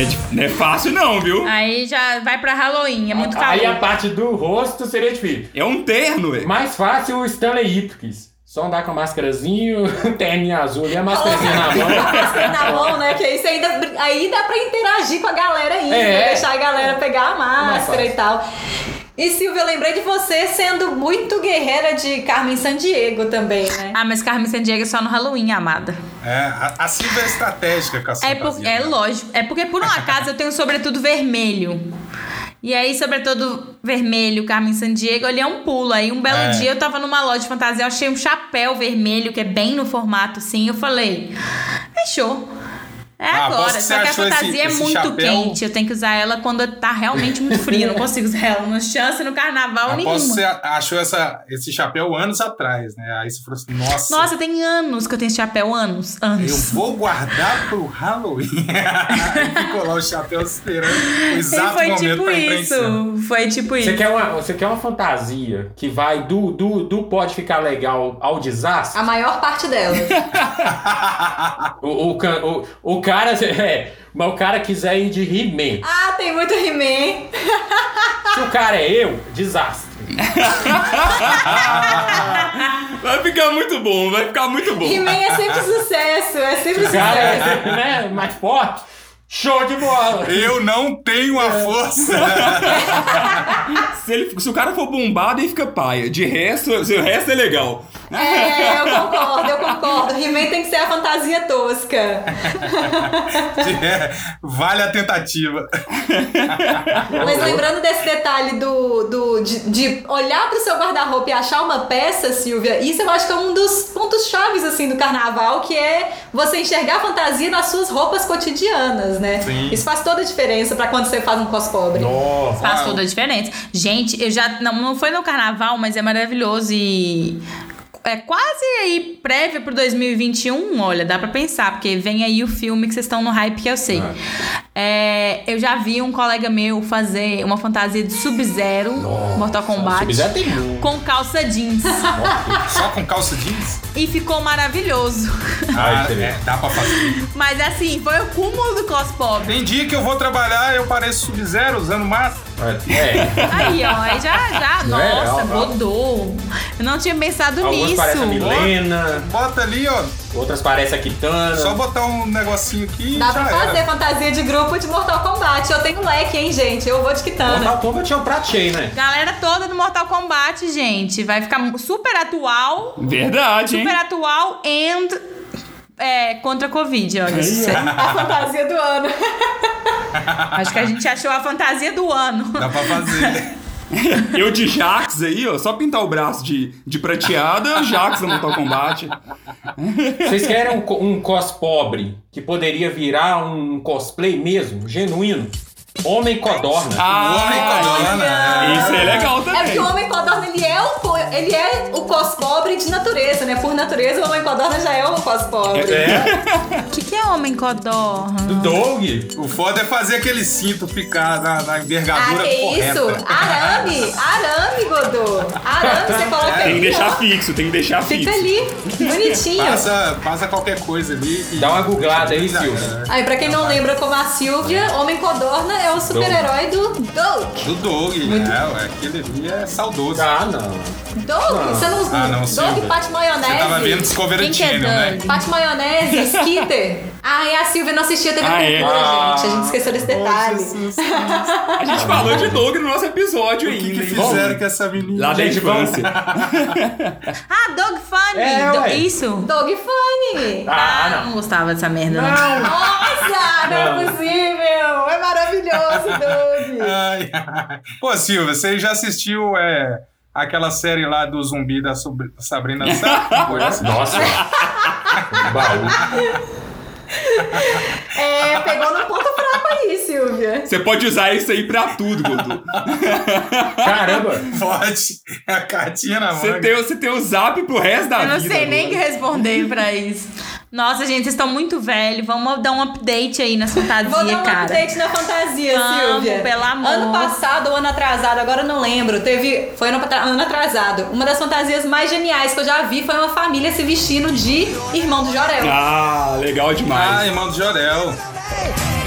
S4: é, di- não é fácil, não, viu?
S3: Aí já vai pra Halloween, é muito
S5: Aí a
S3: calor.
S5: parte do rosto seria difícil.
S4: É um terno, é.
S5: Mais fácil o Stanley Ipkiss. Só andar com a máscarazinho, terninha azul e a máscarazinha na mão.
S1: Você na mão, né? Que aí você ainda. Aí dá pra interagir com a galera ainda,
S5: É.
S1: né? deixar a galera pegar a máscara e tal. E Silvia, eu lembrei de você sendo muito guerreira de Carmen Sandiego também, né?
S3: Ah, mas Carmen Sandiego é só no Halloween, amada.
S2: É, a, a Silvia é estratégica com a
S3: É,
S2: fantasia.
S3: por, é lógico. É porque, por um acaso, eu tenho sobretudo vermelho. E aí, sobretudo vermelho, Carmen Sandiego, ele é um pulo. Aí, um belo
S2: É.
S3: dia, eu tava numa loja de fantasia, eu achei um chapéu vermelho, que é bem no formato, assim. Eu falei, fechou. É
S2: Ah, aposto
S3: agora.
S2: que
S3: Só
S2: você
S3: que a
S2: achou esse-
S3: fantasia é
S2: esse
S3: muito
S2: chapéu-
S3: quente. Eu tenho que usar ela quando tá realmente muito frio. eu não consigo usar ela. Não chance no carnaval nenhuma.
S2: Aposto que você achou essa, esse chapéu anos atrás, né? Aí você falou assim, nossa,
S3: Nossa, tem anos que eu tenho esse chapéu. Anos.
S2: eu
S3: Anos.
S2: vou guardar pro Halloween. Aí ficou lá o chapéu esperando o
S3: E
S2: exato
S3: foi
S2: momento
S3: tipo
S2: pra entrar em cena.
S3: isso. Foi tipo isso.
S5: Você quer, uma, você quer uma fantasia que vai do, do, do pode ficar legal ao desastre?
S1: A maior parte dela.
S5: O, o, ca- o, o cara. É, mas o cara quiser ir de He-Man.
S1: ah, tem muito He-Man.
S5: Se o cara é eu, desastre.
S4: Vai ficar muito bom, vai ficar muito bom.
S1: He-Man é sempre sucesso, é sempre
S5: O cara
S1: sucesso.
S5: é né, mais forte. Show de bola!
S2: Eu não tenho a
S3: É.
S2: força.
S4: Se, ele- se o cara for bombado, ele fica paia. De resto, se o resto é legal.
S1: É, eu concordo, eu concordo. He-Man tem que ser a fantasia tosca.
S2: É, vale a tentativa.
S1: Mas
S2: Uhum.
S1: lembrando desse detalhe do, do, de, de olhar pro seu guarda-roupa e achar uma peça, Silvia, isso eu acho que é um dos pontos chaves assim do carnaval, que é você enxergar a fantasia nas suas roupas cotidianas, né?
S2: Sim.
S1: Isso faz toda a diferença pra quando você faz um cos pobre.
S5: Nossa!
S3: Faz
S2: Uau.
S3: toda a diferença. Gente, eu já. Não, não foi no carnaval, mas é maravilhoso e. É quase aí prévio pro 2021, olha, dá pra pensar, porque vem aí o filme que vocês estão no hype que eu sei. É, eu já vi um colega meu fazer uma fantasia de Sub-Zero, Mortal Kombat,
S5: Sub-Zero tem muito.
S3: com calça jeans.
S2: Só com calça jeans?
S3: e ficou maravilhoso.
S5: Ai,
S2: Ah,
S5: que
S2: é, dá pra fazer.
S3: Mas assim, foi o cúmulo do cos pobre.
S2: Tem dia que eu vou trabalhar, eu pareço sub-zero usando máscara.
S5: É,
S3: Aí, ó, aí já, já,
S5: Não é?
S3: nossa,
S5: Ó, ó.
S3: rodou. Eu não tinha pensado
S5: alguns parecem a
S3: nisso.
S5: Milena,
S2: Bota ali, ó.
S5: outras parecem a Kitana.
S2: Só botar um negocinho aqui e
S1: Dá
S2: já
S1: pra
S2: era.
S1: fazer fantasia de grupo de Mortal Kombat. Eu tenho leque, hein, gente? Eu vou de quitana.
S5: Mortal Kombat é um prato cheio, né?
S3: Galera toda do Mortal Kombat, gente. Vai ficar super atual.
S4: Verdade, hein?
S3: Super atual and. É, contra a Covid, olha.
S1: É A fantasia do ano.
S3: Acho que a gente achou a fantasia do ano.
S2: Dá pra fazer.
S4: Eu de Jax aí, ó, só pintar o braço de, de prateada, Jax no Mortal Kombat.
S5: Vocês querem um, co- um cos pobre que poderia virar um cosplay mesmo, genuíno? Homem Codorna.
S3: Ah.
S2: o homem codorna. é.
S4: isso é legal
S1: É porque
S4: também.
S1: o homem codorna, ele é o, po- ele é o cos pobre de natureza, né? Por natureza, o homem codorna já é o cos pobre.
S3: O que, que é homem codorna?
S5: Do Doug?
S2: O foda é fazer aquele cinto ficar na, na
S1: Ah,
S2: envergadura
S1: que
S2: correta.
S1: isso? Ah, Arame! Arame, Godô! Arame, você coloca
S4: Tem que
S2: É,
S3: É.
S1: ali, ó.
S4: deixar fixo, tem que deixar
S1: Fica
S4: fixo.
S1: ali, bonitinho.
S2: Passa, passa qualquer coisa ali. e-
S5: Dá uma googlada aí,
S2: Já
S5: Silvio.
S2: era.
S1: Aí, pra quem não lembra, como a Silvia, Homem Codorna é o super-herói do Doug.
S2: Do Doug, né? Ué, Aquele ali é saudoso.
S5: Ah, não.
S1: Doug, você não...
S2: Ah, não,
S1: Doug
S2: Silvia.
S1: bate
S2: Você
S1: maionese.
S2: tava vendo Discovery
S3: Quem que é
S2: Channel, né?
S3: Doug?
S1: Bate maionese, skitter. Ah, e a Silvia não assistia TV
S4: Ah,
S1: Cultura,
S4: é.
S1: gente. A gente esqueceu desse detalhe.
S4: A
S3: né?
S4: gente falou de Doug no nosso episódio
S2: O que,
S4: ainda.
S2: que
S4: hein?
S2: fizeram com essa menina?
S4: né? Lá da
S5: Gente, vamos-
S4: infância.
S3: Ah, Dog Funny!
S5: É,
S3: Do-
S5: ué.
S3: Isso?
S1: Doug Funny.
S5: Ah,
S3: Ah, não gostava dessa merda,
S1: Ah,
S3: não.
S5: não. Não.
S1: Nossa, não é possível. É maravilhoso, Doug.
S2: Ai, ai. Pô, Silvia, você já assistiu é, aquela série lá do zumbi da Sobr- Sabrina Sato?
S5: Nossa. Um Baú.
S1: É, pegou no ponto fraco aí, Silvia.
S4: Você pode usar isso aí pra tudo, Godu.
S5: Caramba.
S2: Pode. É a cartinha na mão.
S4: Você tem, você tem o zap pro resto da
S3: Eu
S4: vida.
S3: não sei nem o que
S4: Godu.
S3: responder pra isso. Nossa, gente, vocês estão muito velhos. Vamos dar um update aí nas fantasias,
S1: Vou dar um
S3: cara.
S1: update na fantasia,
S3: Vamos,
S1: Silvia.
S3: pelo amor.
S1: Ano passado ou ano atrasado, agora eu não lembro. Teve. Foi ano, atra- ano atrasado. Uma das fantasias mais geniais que eu já vi foi uma família se vestindo de irmão do Jorel.
S4: Ah, legal
S2: Ah,
S4: demais.
S2: irmão do Jorel.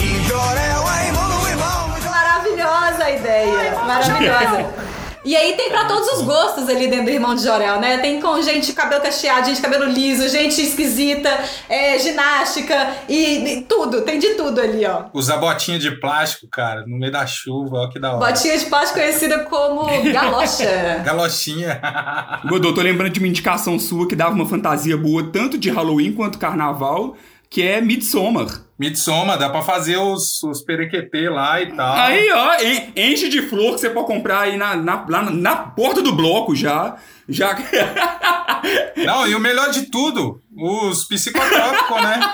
S9: E Jorel é irmão do irmão.
S1: Maravilhosa a ideia. Maravilhosa. E aí tem pra todos os gostos ali dentro do Irmão de Jorel, né? Tem com gente de cabelo cacheado, gente de cabelo liso, gente esquisita, é, ginástica e, e tudo, tem de tudo ali, ó.
S2: Usar botinha de plástico, cara, no meio da chuva, olha que da hora.
S1: Botinha de plástico conhecida como galocha.
S2: Galochinha.
S4: Godô, tô lembrando de uma indicação sua que dava uma fantasia boa tanto de Halloween quanto carnaval, que é Midsommar.
S2: Mitsoma, dá pra fazer os, os perequetê lá e tal.
S4: Aí, ó, en- enche de flor que você pode comprar aí na, na, lá na- na porta do bloco já. Já.
S2: Não, e o melhor de tudo, os psicotrópicos, né?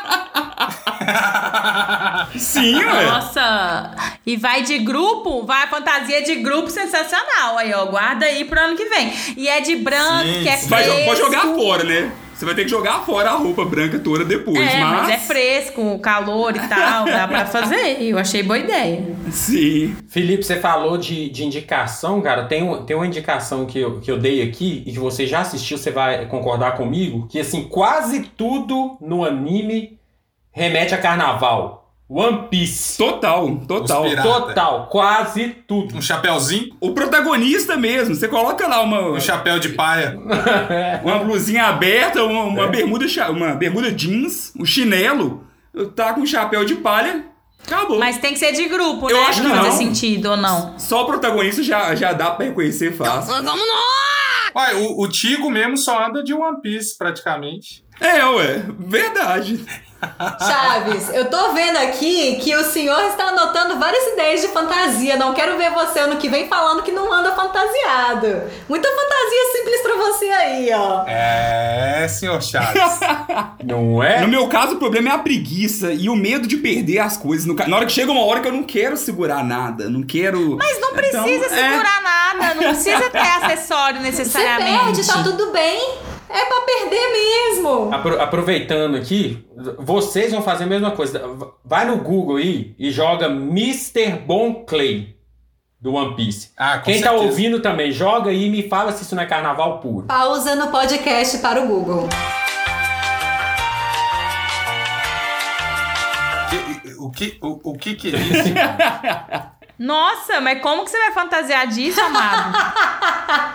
S4: Sim, ué.
S3: Nossa! E vai de grupo, vai a fantasia de grupo sensacional. Aí, ó, guarda aí pro ano que vem. E é de branco,
S2: Sim,
S3: que é
S2: sim.
S4: Vai, jo- pode
S3: fresco.
S4: jogar fora, né? Você vai ter que jogar fora a roupa branca toda depois,
S3: É,
S4: mas.
S3: mas é fresco, calor e tal, dá pra fazer. Eu achei boa ideia.
S4: Sim.
S5: Felipe, você falou de, de indicação, cara. Tem, um- tem uma indicação que eu, que eu dei aqui e que você já assistiu, você vai concordar comigo, que assim, quase tudo no anime remete a carnaval. One Piece.
S4: Total, total.
S2: Os pira- Pirata.
S5: Total, quase tudo.
S2: Um chapéuzinho,
S4: O protagonista mesmo, você coloca lá uma,
S2: um chapéu de paia.
S4: uma blusinha aberta, uma, uma bermuda, cha- uma bermuda jeans, um chinelo, tá com um chapéu de palha, acabou.
S3: Mas tem que ser de grupo,
S4: Eu
S3: né?
S4: acho
S3: pra
S4: que
S3: fazer
S4: não.
S3: sentido ou não.
S4: Só o protagonista já, já dá pra reconhecer fácil.
S2: Uai, o, o Tigo mesmo só anda de One Piece, praticamente.
S4: É, ué, verdade.
S1: Chaves, eu tô vendo aqui que o senhor está anotando várias ideias de fantasia. Não quero ver você ano que vem falando que não anda fantasiado. Muita fantasia simples pra você aí, ó.
S2: É, senhor Chaves.
S5: Não é?
S4: No meu caso, o problema é a preguiça e o medo de perder as coisas. No ca- Na hora que chega uma hora que eu não quero segurar nada, não quero.
S3: Mas não
S4: Então,
S3: precisa
S4: é.
S3: segurar nada, não precisa ter acessório
S1: Você perde,
S3: necessariamente.
S1: tá tudo bem. É pra perder mesmo.
S5: Apro- aproveitando aqui, vocês vão fazer a mesma coisa. Vai no Google aí e joga Mr. Bon Clay do One Piece.
S2: Ah, com
S5: Quem tá
S2: certeza.
S5: ouvindo também, joga aí e me fala se isso não é carnaval puro.
S1: Pausa no podcast para o Google.
S2: Que- O que, o, o que que é isso?
S3: Nossa, mas como que você vai fantasiar disso, amado?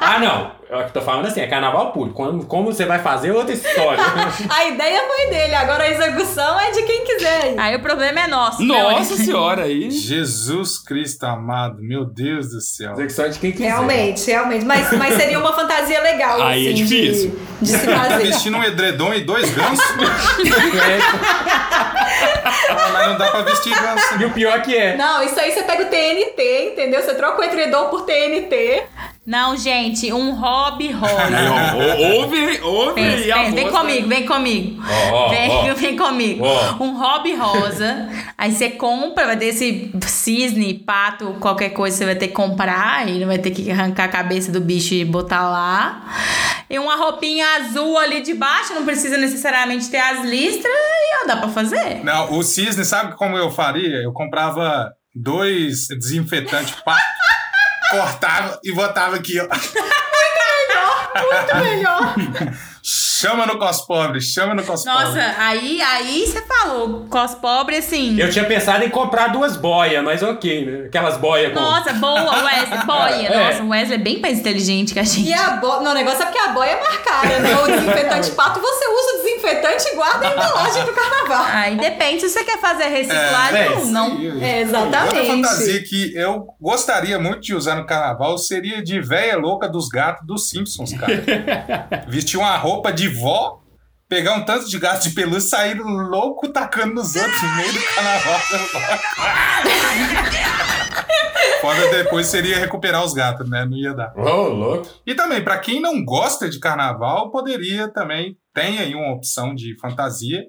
S5: Ah, não. Eu tô falando assim, é carnaval puro. Quando- como você vai fazer é outra história.
S1: A ideia foi dele, agora a execução é de quem quiser. aí.
S3: Aí o problema é nosso. né,
S4: Nossa
S3: Ori?
S4: senhora, aí.
S2: Jesus Cristo amado, meu Deus do céu.
S5: Execução de quem quiser.
S1: Realmente, realmente. Mas, mas seria uma fantasia legal.
S4: Aí é
S1: assim, de-
S4: difícil.
S1: De, se
S2: Tá
S1: fazer.
S2: vestindo um edredom e dois gansos? Mas não dá pra vestir ganso.
S5: e o pior que é.
S1: Não, isso aí você pega o TNT, entendeu? Você troca o edredom por TNT.
S3: Não, gente, um hobby rola.
S4: Aí, ó, ó, ouve, ouve
S3: Pensa,
S4: aí a
S3: pensa, vem
S4: moça.
S3: comigo, vem comigo.
S5: Ó, ó,
S3: vem,
S5: ó.
S3: vem comigo.
S5: Ó.
S3: Um hobby rosa. aí você compra, vai ter esse cisne, pato, qualquer coisa você vai ter que comprar. E não vai ter que arrancar a cabeça do bicho e botar lá. E uma roupinha azul ali de baixo, não precisa necessariamente ter as listras. E ó, dá pra fazer.
S2: Não, o cisne, sabe como eu faria? Eu comprava dois desinfetantes pá, cortava e botava aqui, ó.
S1: Muito melhor.
S2: Chama no cospobre, chama no cospobre.
S3: Nossa, aí, aí você falou, cos pobre assim.
S5: Eu tinha pensado em comprar duas boias, mas ok, né? Aquelas boias com.
S3: Nossa, boa, Wesley, boia.
S5: É.
S3: Nossa, o Wesley é bem mais inteligente que a gente.
S1: E a boia. Não, o negócio é porque a boia é marcada, né? O desinfetante pato, você usa o desinfetante e guarda a embalagem pro carnaval.
S3: Aí depende se você quer fazer reciclagem
S2: É,
S3: ou
S2: isso
S3: não.
S2: aí.
S1: É,
S2: Outra
S1: exatamente.
S2: fantasia que eu gostaria muito de usar no carnaval seria de véia louca dos gatos dos Simpsons, cara. Vestir uma roupa de vó, pegar um tanto de gato de pelúcia e sair louco tacando nos outros no meio do carnaval. Foda depois seria recuperar os gatos, né? Não ia dar.
S5: Ô, louco.
S2: E também, para quem não gosta de carnaval, poderia também, tem aí uma opção de fantasia,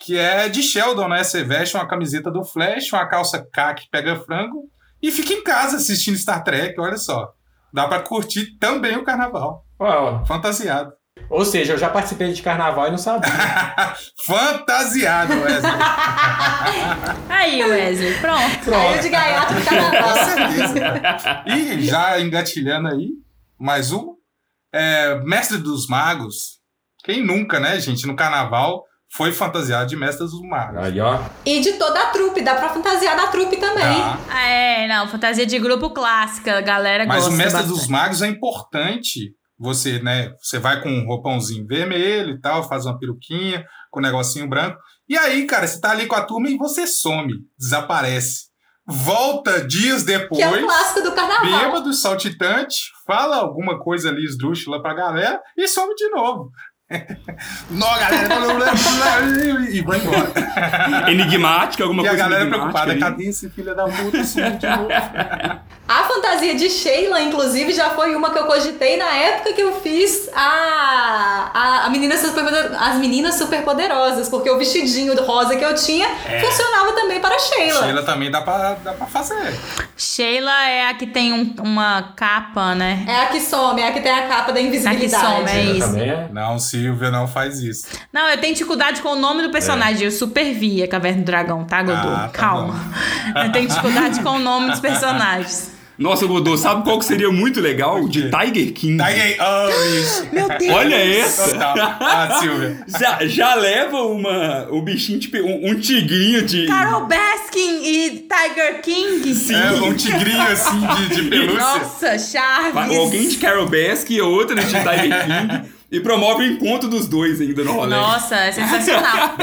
S2: que é de Sheldon, né? Você veste uma camiseta do Flash, uma calça K que pega frango e fica em casa assistindo Star Trek, olha só. Dá para curtir também o carnaval,
S5: Ó,
S2: fantasiado.
S5: Ou seja, eu já participei de carnaval e não sabia.
S2: Fantasiado, Wesley.
S3: Aí, Wesley, pronto.
S1: Saiu de gaiato pro carnaval.
S2: Com certeza. E já engatilhando aí, mais um. É, Mestre dos Magos. Quem nunca, né, gente? No carnaval foi fantasiado de Mestres dos Magos.
S5: Aí, ó.
S1: E de toda a trupe, dá pra fantasiar da trupe também.
S2: Tá?
S3: É, não, fantasia de grupo clássica, a galera
S2: Mas
S3: gosta.
S2: o Mestre
S3: bastante.
S2: dos Magos é importante. Você, né? Você vai com um roupãozinho vermelho e tal, faz uma peruquinha, com um negocinho branco. E aí, cara, você tá ali com a turma e você some, desaparece. Volta dias
S1: Que é o
S2: depois,
S1: clássico do carnaval.
S2: bêbado, saltitante, fala alguma coisa ali esdrúxula pra galera e some de novo. Nó, galera, blá, blá, blá, blá, e vai embora.
S4: Enigmática, alguma
S2: e a
S4: coisa
S2: galera
S4: enigmática
S2: preocupada, tá-
S4: ali.
S2: cadê esse filho da puta? Sumiu de novo.
S1: A fantasia de Sheila, inclusive, já foi uma que eu cogitei na época que eu fiz a, a, a menina Superpoder- as meninas superpoderosas, porque o vestidinho rosa que eu tinha funcionava também para a Sheila.
S2: É. Sheila também dá pra, dá pra fazer.
S3: Sheila é a que tem um- uma capa, né?
S1: É a que some, é a que tem a capa da
S3: A que
S1: invisibilidade.
S3: some, é isso.
S5: Também é.
S2: Não, Silvia, não faz isso.
S3: Não, eu tenho dificuldade com o nome do personagem. Eu supervi a Caverna do Dragão, tá, Godô?
S2: É. Ah, tá
S3: Calma. eu tenho dificuldade com o nome dos personagens.
S4: Nossa, Godô, sabe qual que seria muito legal? De Tiger King.
S2: Tá aí, oh, isso.
S3: Meu Deus!
S4: Olha essa!
S2: Total. Ah, Silvia.
S4: Já, já leva uma, um bichinho, tipo, um, um tigrinho de...
S3: Carol Baskin e Tiger King. Sim.
S2: É um tigrinho assim de, de pelúcia.
S3: Nossa, Charles.
S4: Vai- Alguém de Carol Baskin e outra de Tiger King. e promove o encontro dos dois ainda no rolê.
S3: Nossa, é sensacional.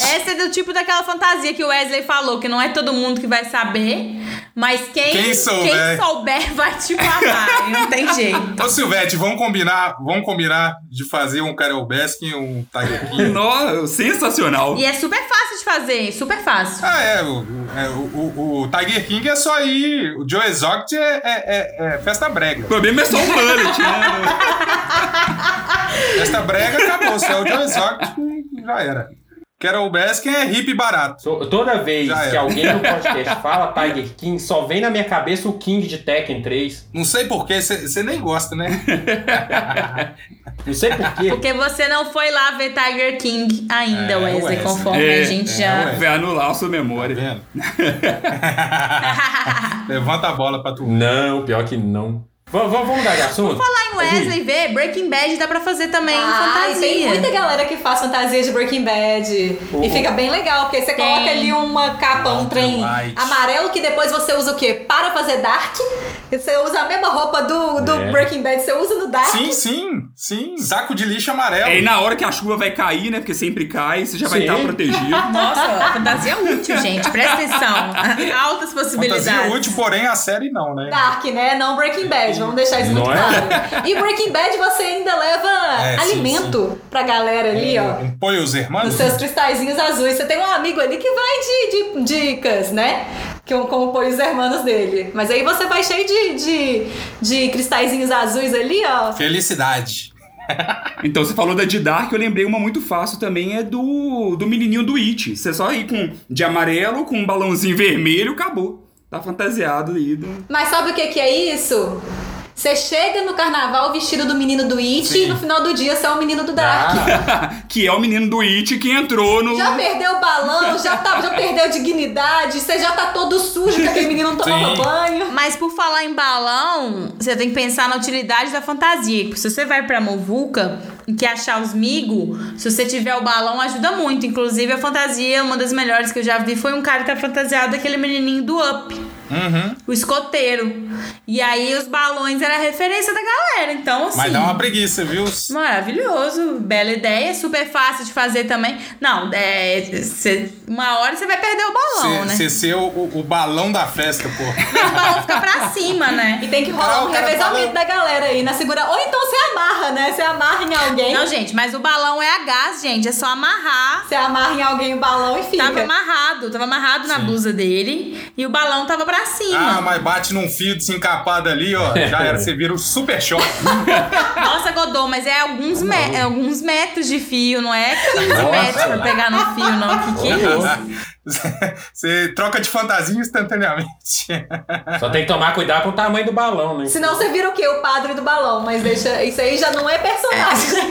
S3: Essa é do tipo daquela fantasia que o Wesley falou, que não é todo mundo que vai saber, mas quem,
S2: Quem souber.
S3: quem souber vai te amar. não tem jeito.
S2: Ô, Silvete, vamos combinar, vamos combinar de fazer um Karel Baskin e um Tiger King.
S4: Nó, sensacional.
S3: E é super fácil de fazer, super fácil.
S2: Ah, é. O, é, o, o- o Tiger King é só ir. O Joe Exotic é, é- é- é festa brega.
S4: O problema é só o bullet, né?
S2: Festa brega acabou. Se é o Joe Exotic, já era. Carol Baskin é hippie barato.
S5: So- Toda vez
S2: Já
S5: que
S2: era.
S5: alguém no podcast fala Tiger King, só vem na minha cabeça o King de Tekken 3.
S2: Não sei porquê, você nem gosta, né?
S5: Não sei porquê.
S3: Porque você não foi lá ver Tiger King ainda,
S2: É,
S3: Wesley,
S2: Wesley.
S3: conforme
S4: É,
S3: a gente
S2: é,
S3: já.
S2: Wesley.
S4: Vai anular a sua
S2: Tá
S4: memória.
S2: vendo? Levanta a bola pra tu.
S5: Não, pior que não. Vamos, vamos, vamos dar de assunto?
S3: Em Wesley vê, Breaking Bad dá pra fazer também
S1: Ah, e
S3: fantasia.
S1: tem muita galera que faz fantasia de Breaking Bad.
S5: O-
S1: E fica bem legal, porque você
S3: Tem.
S1: coloca ali uma capa, um
S2: Walter
S1: trem
S2: White.
S1: amarelo, que depois você usa o quê? Para fazer Dark. E Você usa a mesma roupa do, do
S5: É.
S1: Breaking Bad, você usa no Dark.
S2: Sim, sim, sim. Saco de lixo amarelo.
S4: É, e na hora que a chuva vai cair, né? Porque sempre cai, você já vai
S5: Sim.
S4: estar protegido.
S3: Nossa, a fantasia é útil, gente. Presta atenção. Altas possibilidades.
S2: Fantasia útil, porém a série não, né?
S1: Dark, né? Não Breaking Bad, vamos deixar isso
S5: Não
S1: muito
S5: é?
S1: claro. E Breaking Bad você ainda leva
S2: É, sim,
S1: alimento pra galera ali, ó.
S5: É.
S2: Um, um Põe os
S1: Os
S2: irmãos.
S1: seus cristalzinhos azuis. Você tem um amigo ali que vai de, de dicas, né? Que compõe os hermanos dele. Mas aí você vai cheio de, de, de cristalzinhos azuis ali, ó.
S2: Felicidade.
S4: Então, você falou da de Dark, eu lembrei uma muito fácil também, é do, do menininho do It. Você só ir com de amarelo, com um balãozinho vermelho, acabou. Tá fantasiado aí. do-
S1: Mas sabe o que, que é isso? Você chega no carnaval vestido do menino do It
S2: Sim.
S1: e no final do dia você é o menino do
S5: Ah,
S1: Dark.
S4: que é o menino do It que entrou no...
S1: Já perdeu o balão, já, tá, já perdeu dignidade, você já tá todo sujo que aquele menino não tomava
S2: Sim.
S1: banho.
S3: Mas por falar em balão, você tem que pensar na utilidade da fantasia. Se você vai pra Movuca e quer achar os migo, se você tiver o balão, ajuda muito. Inclusive, a fantasia, uma das melhores que eu já vi, foi um cara que tá fantasiado daquele menininho do Up.
S2: Uhum.
S3: O escoteiro. E aí, os balões era a referência da galera. Então, assim...
S2: Mas dá uma preguiça, viu?
S3: Maravilhoso, bela ideia, super fácil de fazer também. Não, é, cê- uma hora você vai perder o balão, né?
S2: Você ser o, o- o balão da festa, pô.
S3: Mas o balão fica pra cima, né?
S1: E tem que rolar
S2: Ah, o
S1: um
S2: cara
S1: revezamento
S2: falou.
S1: da galera aí na segura. Ou então você amarra, né? Você amarra em alguém.
S3: Não, gente, mas o balão é a gás, gente. É só amarrar.
S1: Você amarra em alguém o balão e fica.
S3: Tava amarrado, tava amarrado na blusa dele e o balão tava pra
S2: Ah,
S3: cima.
S2: mas bate num fio desencapado ali, ó. Já era, você vira o super choque.
S3: Nossa, Godô, mas é alguns, me- é alguns metros de fio, não é 15
S5: Nossa.
S3: metros pra pegar no fio, não. Que que é isso?
S2: Você troca de fantasia instantaneamente.
S5: Só tem que tomar cuidado com o tamanho do balão, né?
S1: Senão você vira o quê? O padre do balão. Mas deixa. Isso aí já não é personagem.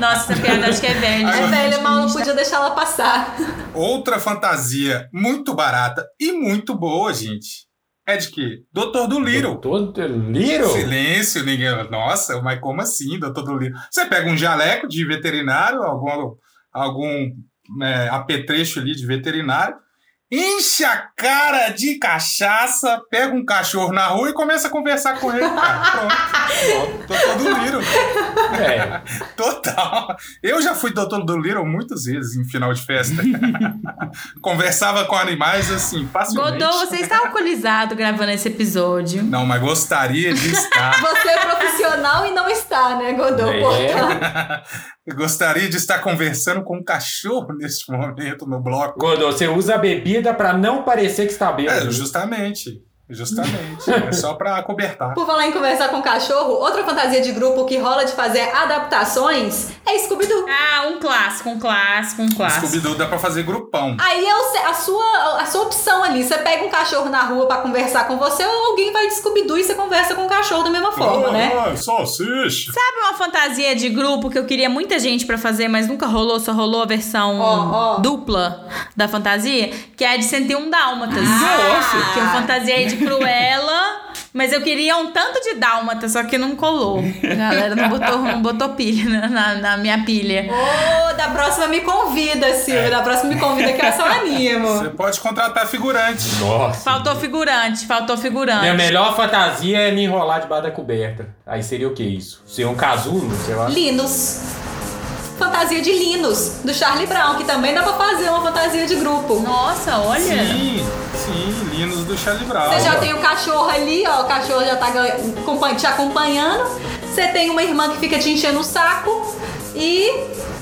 S3: Nossa, essa piada acho que é velha.
S1: É,
S2: Agora-
S1: velho, mal não podia deixar ela passar.
S2: Outra fantasia muito barata e muito boa, gente, é de que? Doutor do Little.
S5: Todo Little?
S2: Silêncio, ninguém. Nossa, mas como assim, doutor do Little? Você pega um jaleco de veterinário, alguma algum é, apetrecho ali de veterinário, enche a cara de cachaça, pega um cachorro na rua e começa a conversar com ele. Cara. Pronto. Doutor do Little.
S5: É.
S2: Total. Eu já fui doutor do Little muitas vezes em final de festa. Conversava com animais assim, facilmente.
S3: Godô, você está alcoolizado gravando esse episódio.
S2: Não, mas gostaria de estar.
S1: Você é profissional e não está, né, Godô?
S5: É.
S1: Portanto,
S2: gostaria de estar conversando com um cachorro neste momento no bloco.
S5: Godô, você usa a bebida pra não parecer que está
S2: É,
S5: bêbado.
S2: justamente. Justamente. É só pra cobertar.
S1: Por falar em conversar com cachorro, outra fantasia de grupo que rola de fazer adaptações é Scooby-Doo.
S3: Ah, um clássico, um clássico, um clássico.
S2: Scooby-Doo dá pra fazer grupão.
S1: Aí é o se- a, sua, a sua opção ali. Você pega um cachorro na rua pra conversar com você ou alguém vai de Scooby-Doo e você conversa com o cachorro da mesma forma, né?
S2: Ah, salsicha.
S3: Sabe uma fantasia de grupo que eu queria muita gente pra fazer, mas nunca rolou, só rolou a versão
S1: Ó, ó.
S3: dupla da fantasia? Que é a de 101
S1: Ah!
S3: Dálmatas.
S1: Nossa!
S3: Que é eu fantasiei de Cruella, mas eu queria um tanto de Dálmata, só que não colou. A galera não botou, não botou pilha na- na, na minha pilha.
S1: Ô, da próxima me convida, Silvia. Da próxima me convida que eu só
S2: Você
S1: animo.
S2: pode contratar figurante.
S5: Nossa.
S3: Faltou figurante, faltou figurante.
S5: Minha melhor fantasia é me enrolar debaixo da coberta. Aí seria o que isso? Ser um casulo, sei lá.
S1: Linus. Fantasia de Linus, do Charlie Brown, que também dá pra fazer uma fantasia de grupo.
S3: Nossa, olha.
S2: Sim, sim, Linus do Charlie Brown.
S1: Você já tem o cachorro ali, ó. O cachorro já tá ganha- acompan- te acompanhando. Você tem uma irmã que fica te enchendo o saco. E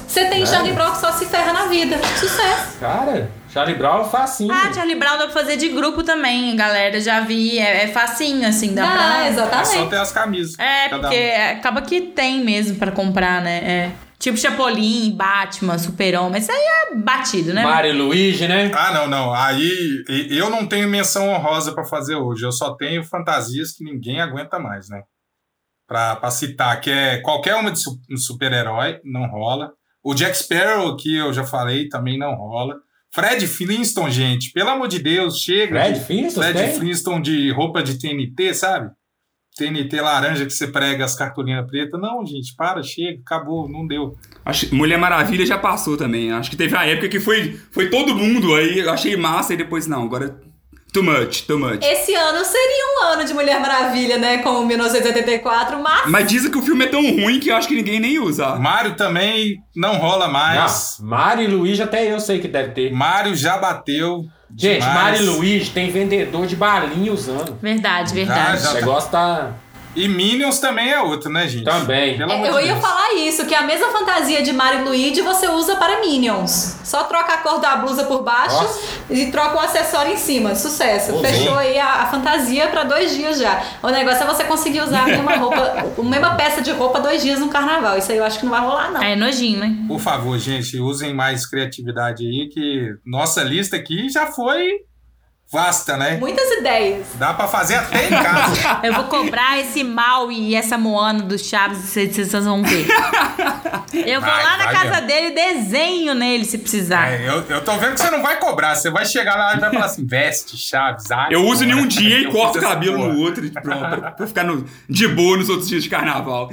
S1: você tem Charlie Brown que só se ferra na vida. Sucesso.
S5: Cara, Charlie Brown facinho.
S3: Ah, Charlie Brown dá pra fazer de grupo também, galera. Já vi, é, é facinho, assim, dá
S1: Ah,
S3: pra.
S2: É só
S1: exatamente.
S2: ter as camisas.
S3: É,
S2: Cada
S3: porque
S2: um.
S3: acaba que tem mesmo pra comprar, né? É. Tipo Chapolin, Batman, Super-Homem. Isso aí é batido, né?
S5: Mario e Luigi, né?
S2: Ah, não, não. Aí e- eu não tenho menção honrosa pra fazer hoje. Eu só tenho fantasias que ninguém aguenta mais, né? Pra, pra citar, que é qualquer uma de su- um super-herói, não rola. O Jack Sparrow, que eu já falei, também não rola. Fred Flintstone, gente, pelo amor de Deus, chega.
S5: Fred
S2: de-
S5: Flintstone
S2: Fred
S5: É tem?
S2: Flintstone de roupa de TNT, sabe? TNT laranja que você prega as cartolinas pretas. Não, gente, para, chega, acabou, não deu.
S4: Acho- Mulher Maravilha já passou também. Acho que teve uma época que foi, foi todo mundo. Aí eu achei massa e depois, não, agora. Too much, too much.
S1: Esse ano seria um ano de Mulher Maravilha, né? Com 1984, mas.
S4: Mas dizem que o filme é tão ruim que eu acho que ninguém nem usa.
S2: Mário também não rola mais.
S5: Tá. Não, Mario e Luigi até eu sei que deve ter.
S2: Mário já bateu.
S5: Gente,
S2: demais.
S5: Mario e Luigi tem vendedor de balinha usando.
S3: Verdade, verdade.
S2: Já
S5: O negócio tá...
S2: E Minions também é outro, né, gente?
S5: Também.
S2: Pelo amor
S1: É,
S2: de
S1: Eu ia
S2: Deus.
S1: falar isso, que a mesma fantasia de Mario e Luigi você usa para Minions. Só troca a cor da blusa por baixo
S5: Nossa.
S1: e troca o acessório em cima. Sucesso.
S5: Ô,
S1: Fechou aí a, a fantasia para dois dias já. O negócio é você conseguir usar a mesma roupa, a mesma peça de roupa dois dias no carnaval. Isso aí eu acho que não vai rolar, não.
S3: É nojinho, né?
S2: Por favor, gente, usem mais criatividade aí, que nossa lista aqui já foi vasta, né?
S1: Muitas ideias.
S2: Dá pra fazer até em casa.
S3: Eu vou cobrar esse mal e essa Moana do Chaves, vocês vocês vão ver. Eu vou
S2: Vai,
S3: lá na
S2: vai
S3: casa dele e desenho nele se precisar.
S2: É, eu, eu tô vendo que você não vai cobrar. Você vai chegar lá e vai falar assim: veste, chaves, ah,
S4: Eu uso em um
S2: porra,
S4: dia e
S2: eu
S4: corto o
S2: fiz essa
S4: cabelo
S2: porra.
S4: no outro e pronto, pra, pra ficar no- de boa nos outros dias de carnaval.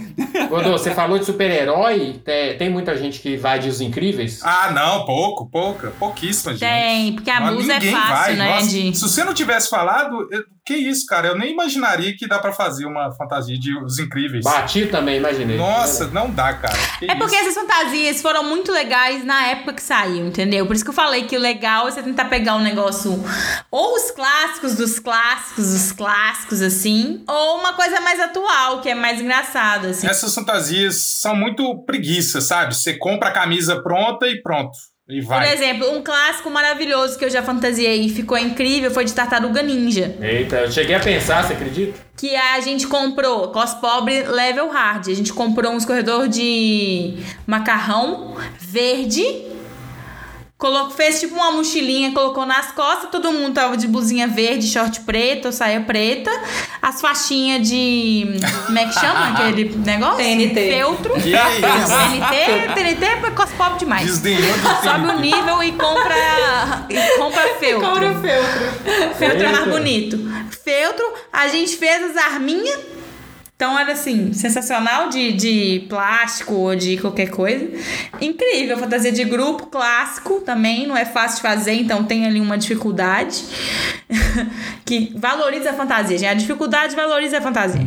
S5: Quando você falou de super-herói, te- tem muita gente que vai de Os Incríveis?
S2: Ah, não, pouco, pouca, pouquíssima, gente.
S3: Tem, porque a
S2: Mas
S3: blusa é
S2: ninguém
S3: fácil,
S2: vai,
S3: né?
S2: nossa.
S3: de...
S2: Se você não tivesse falado, eu- que isso, cara? Eu nem imaginaria que dá pra fazer uma fantasia de Os Incríveis.
S5: Bati também, imaginei.
S2: Nossa, não dá, cara. Que
S3: É porque
S2: isso?
S3: essas fantasias foram muito legais na época que saiu, entendeu? Por isso que eu falei que o legal é você tentar pegar um negócio ou os clássicos dos clássicos, dos clássicos, assim, ou uma coisa mais atual, que é mais engraçada, assim.
S2: essas fantasias são muito preguiça, sabe? Você compra a camisa pronta e pronto. E
S3: Por
S2: vai.
S3: exemplo, um clássico maravilhoso que eu já fantasiei e ficou incrível foi de Tartaruga Ninja.
S5: Eita, eu cheguei a pensar, você acredita?
S3: Que é a gente comprou, cos pobre level hard. A gente comprou um escorredor de macarrão verde. Colocou, fez tipo uma mochilinha, colocou nas costas. Todo mundo tava de blusinha verde, short preto, saia preta. As faixinhas de. Como é que chama aquele negócio?
S1: TNT.
S3: Feltro.
S2: Que isso?
S3: TNT, TNT é cos pobre demais.
S2: Desdenhou do
S3: Sobe um o
S2: tempo.
S3: nível e compra. E compra feltro.
S1: Couro feltro.
S3: Feltro é mais
S5: Eita.
S3: bonito. Feltro, a gente fez as arminhas Então era assim, sensacional de, de plástico ou de qualquer coisa. Incrível, fantasia de grupo, clássico também, não é fácil de fazer, então tem ali uma dificuldade. que valoriza a fantasia, gente. A dificuldade valoriza a fantasia.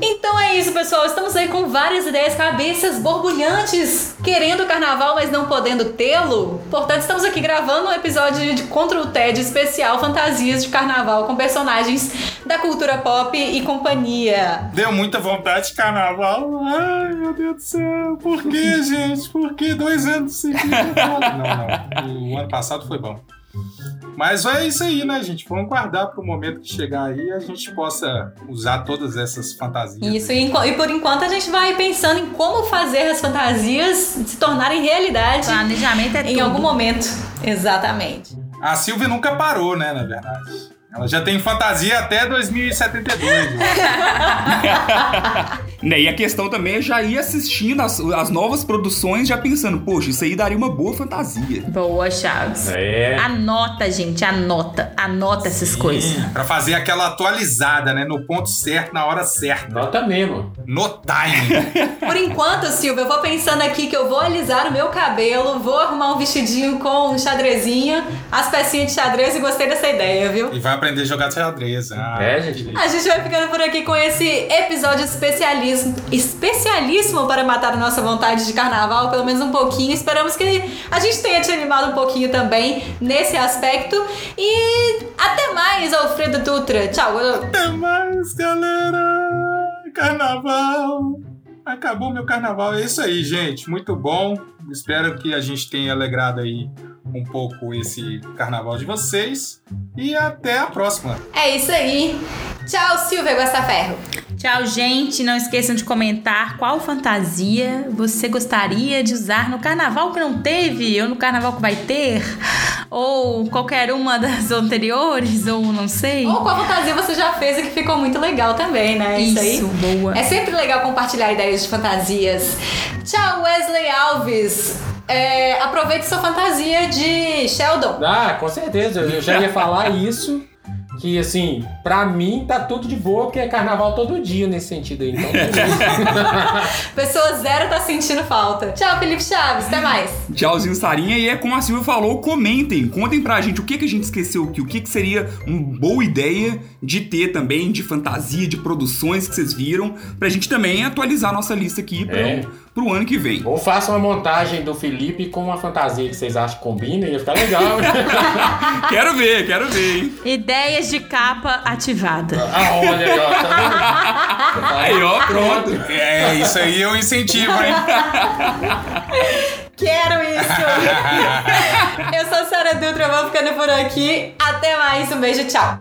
S1: Então é isso, pessoal. Estamos aí com várias ideias, cabeças borbulhantes, querendo o carnaval, mas não podendo tê-lo. Portanto, estamos aqui gravando um episódio de Contra o TED especial Fantasias de Carnaval com personagens da cultura pop e companhia.
S2: Deu muita vontade de carnaval. Ai, meu Deus do céu. Por que, gente? Por que dois anos seguidos? Não, não. O ano passado foi bom. Mas é isso aí, né, gente? Vamos guardar para o momento que chegar aí a gente possa usar todas essas fantasias.
S1: Isso, e, enqu- e por enquanto a gente vai pensando em como fazer as fantasias se tornarem realidade
S3: Planejamento é tudo.
S1: em algum momento. Exatamente.
S2: A Silvia nunca parou, né, na verdade. Ela já tem fantasia até 2072. né?
S4: Né, e a questão também é já ir assistindo as, as novas produções, já pensando, poxa, isso aí daria uma boa fantasia.
S3: Boa, Chaves.
S5: É.
S3: Anota, gente, anota. Anota essas coisas.
S2: Pra fazer aquela atualizada, né? No ponto certo, na hora certa.
S5: Nota mesmo.
S2: No time.
S1: Por enquanto, Silvia, eu vou pensando aqui que eu vou alisar o meu cabelo, vou arrumar um vestidinho com um xadrezinho, as pecinhas de xadrez e gostei dessa ideia, viu?
S2: E vai aprender a jogar xadrez. Ah,
S5: É, gente.
S1: A gente vai ficando por aqui com esse episódio especialismo, especialíssimo para matar a nossa vontade de carnaval, pelo menos um pouquinho. Esperamos que a gente tenha te animado um pouquinho também nesse aspecto. E até mais, Alfredo Dutra. Tchau.
S2: Até mais, galera! Carnaval! Acabou meu carnaval. É isso aí, gente. Muito bom. Espero que a gente tenha alegrado aí um pouco esse carnaval de vocês. E até a próxima.
S1: É isso aí. Tchau, Silvia Gostaferro.
S3: Tchau, gente. Não esqueçam de comentar qual fantasia você gostaria de usar no carnaval que não teve, ou no carnaval que vai ter, ou qualquer uma das anteriores, ou não sei.
S1: Ou qual fantasia você já fez e que ficou muito legal também, né?
S3: isso,
S1: aí.
S3: boa.
S1: É sempre legal compartilhar ideias de fantasias. Tchau, Wesley Alves. É, aproveite sua fantasia de Sheldon.
S5: Ah, com certeza. Eu já ia falar isso. Que assim, pra mim tá tudo de boa, porque é carnaval todo dia nesse sentido aí. Então,
S1: Pessoa zero tá sentindo falta. Tchau, Felipe Chaves. Até mais.
S4: Tchauzinho, Sarinha. E é como a Silvia falou, comentem. Contem pra gente o que, que a gente esqueceu aqui, o que, que seria uma boa ideia de ter também, de fantasia, de produções que vocês viram, pra gente também atualizar nossa lista aqui pra,
S5: É.
S4: pro ano que vem.
S5: ou façam uma montagem do Felipe com uma fantasia que vocês acham que combina, ia ficar legal.
S4: Quero ver, quero ver, hein?
S3: Ideias de capa ativada.
S5: ah, olha aí, ó. Tá vendo?
S4: Aí, ó, pronto.
S2: É, isso aí eu incentivo, hein?
S1: Quero isso. Eu sou a Sara Dutra. Vou ficando por aqui. Até mais. Um beijo. Tchau.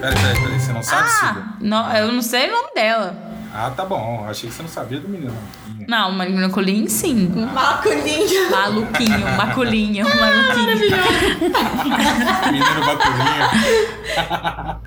S2: Peraí, peraí, peraí. Você não sabe, Silvia?
S3: Ah, não, eu não sei o nome dela.
S2: Ah, tá bom. Achei que você não sabia do menino.
S3: Não, Marina Colin, sim. Um
S1: Maculinho.
S3: Maluquinho, um maculinho, maluquinho.
S2: Menino bacurinha.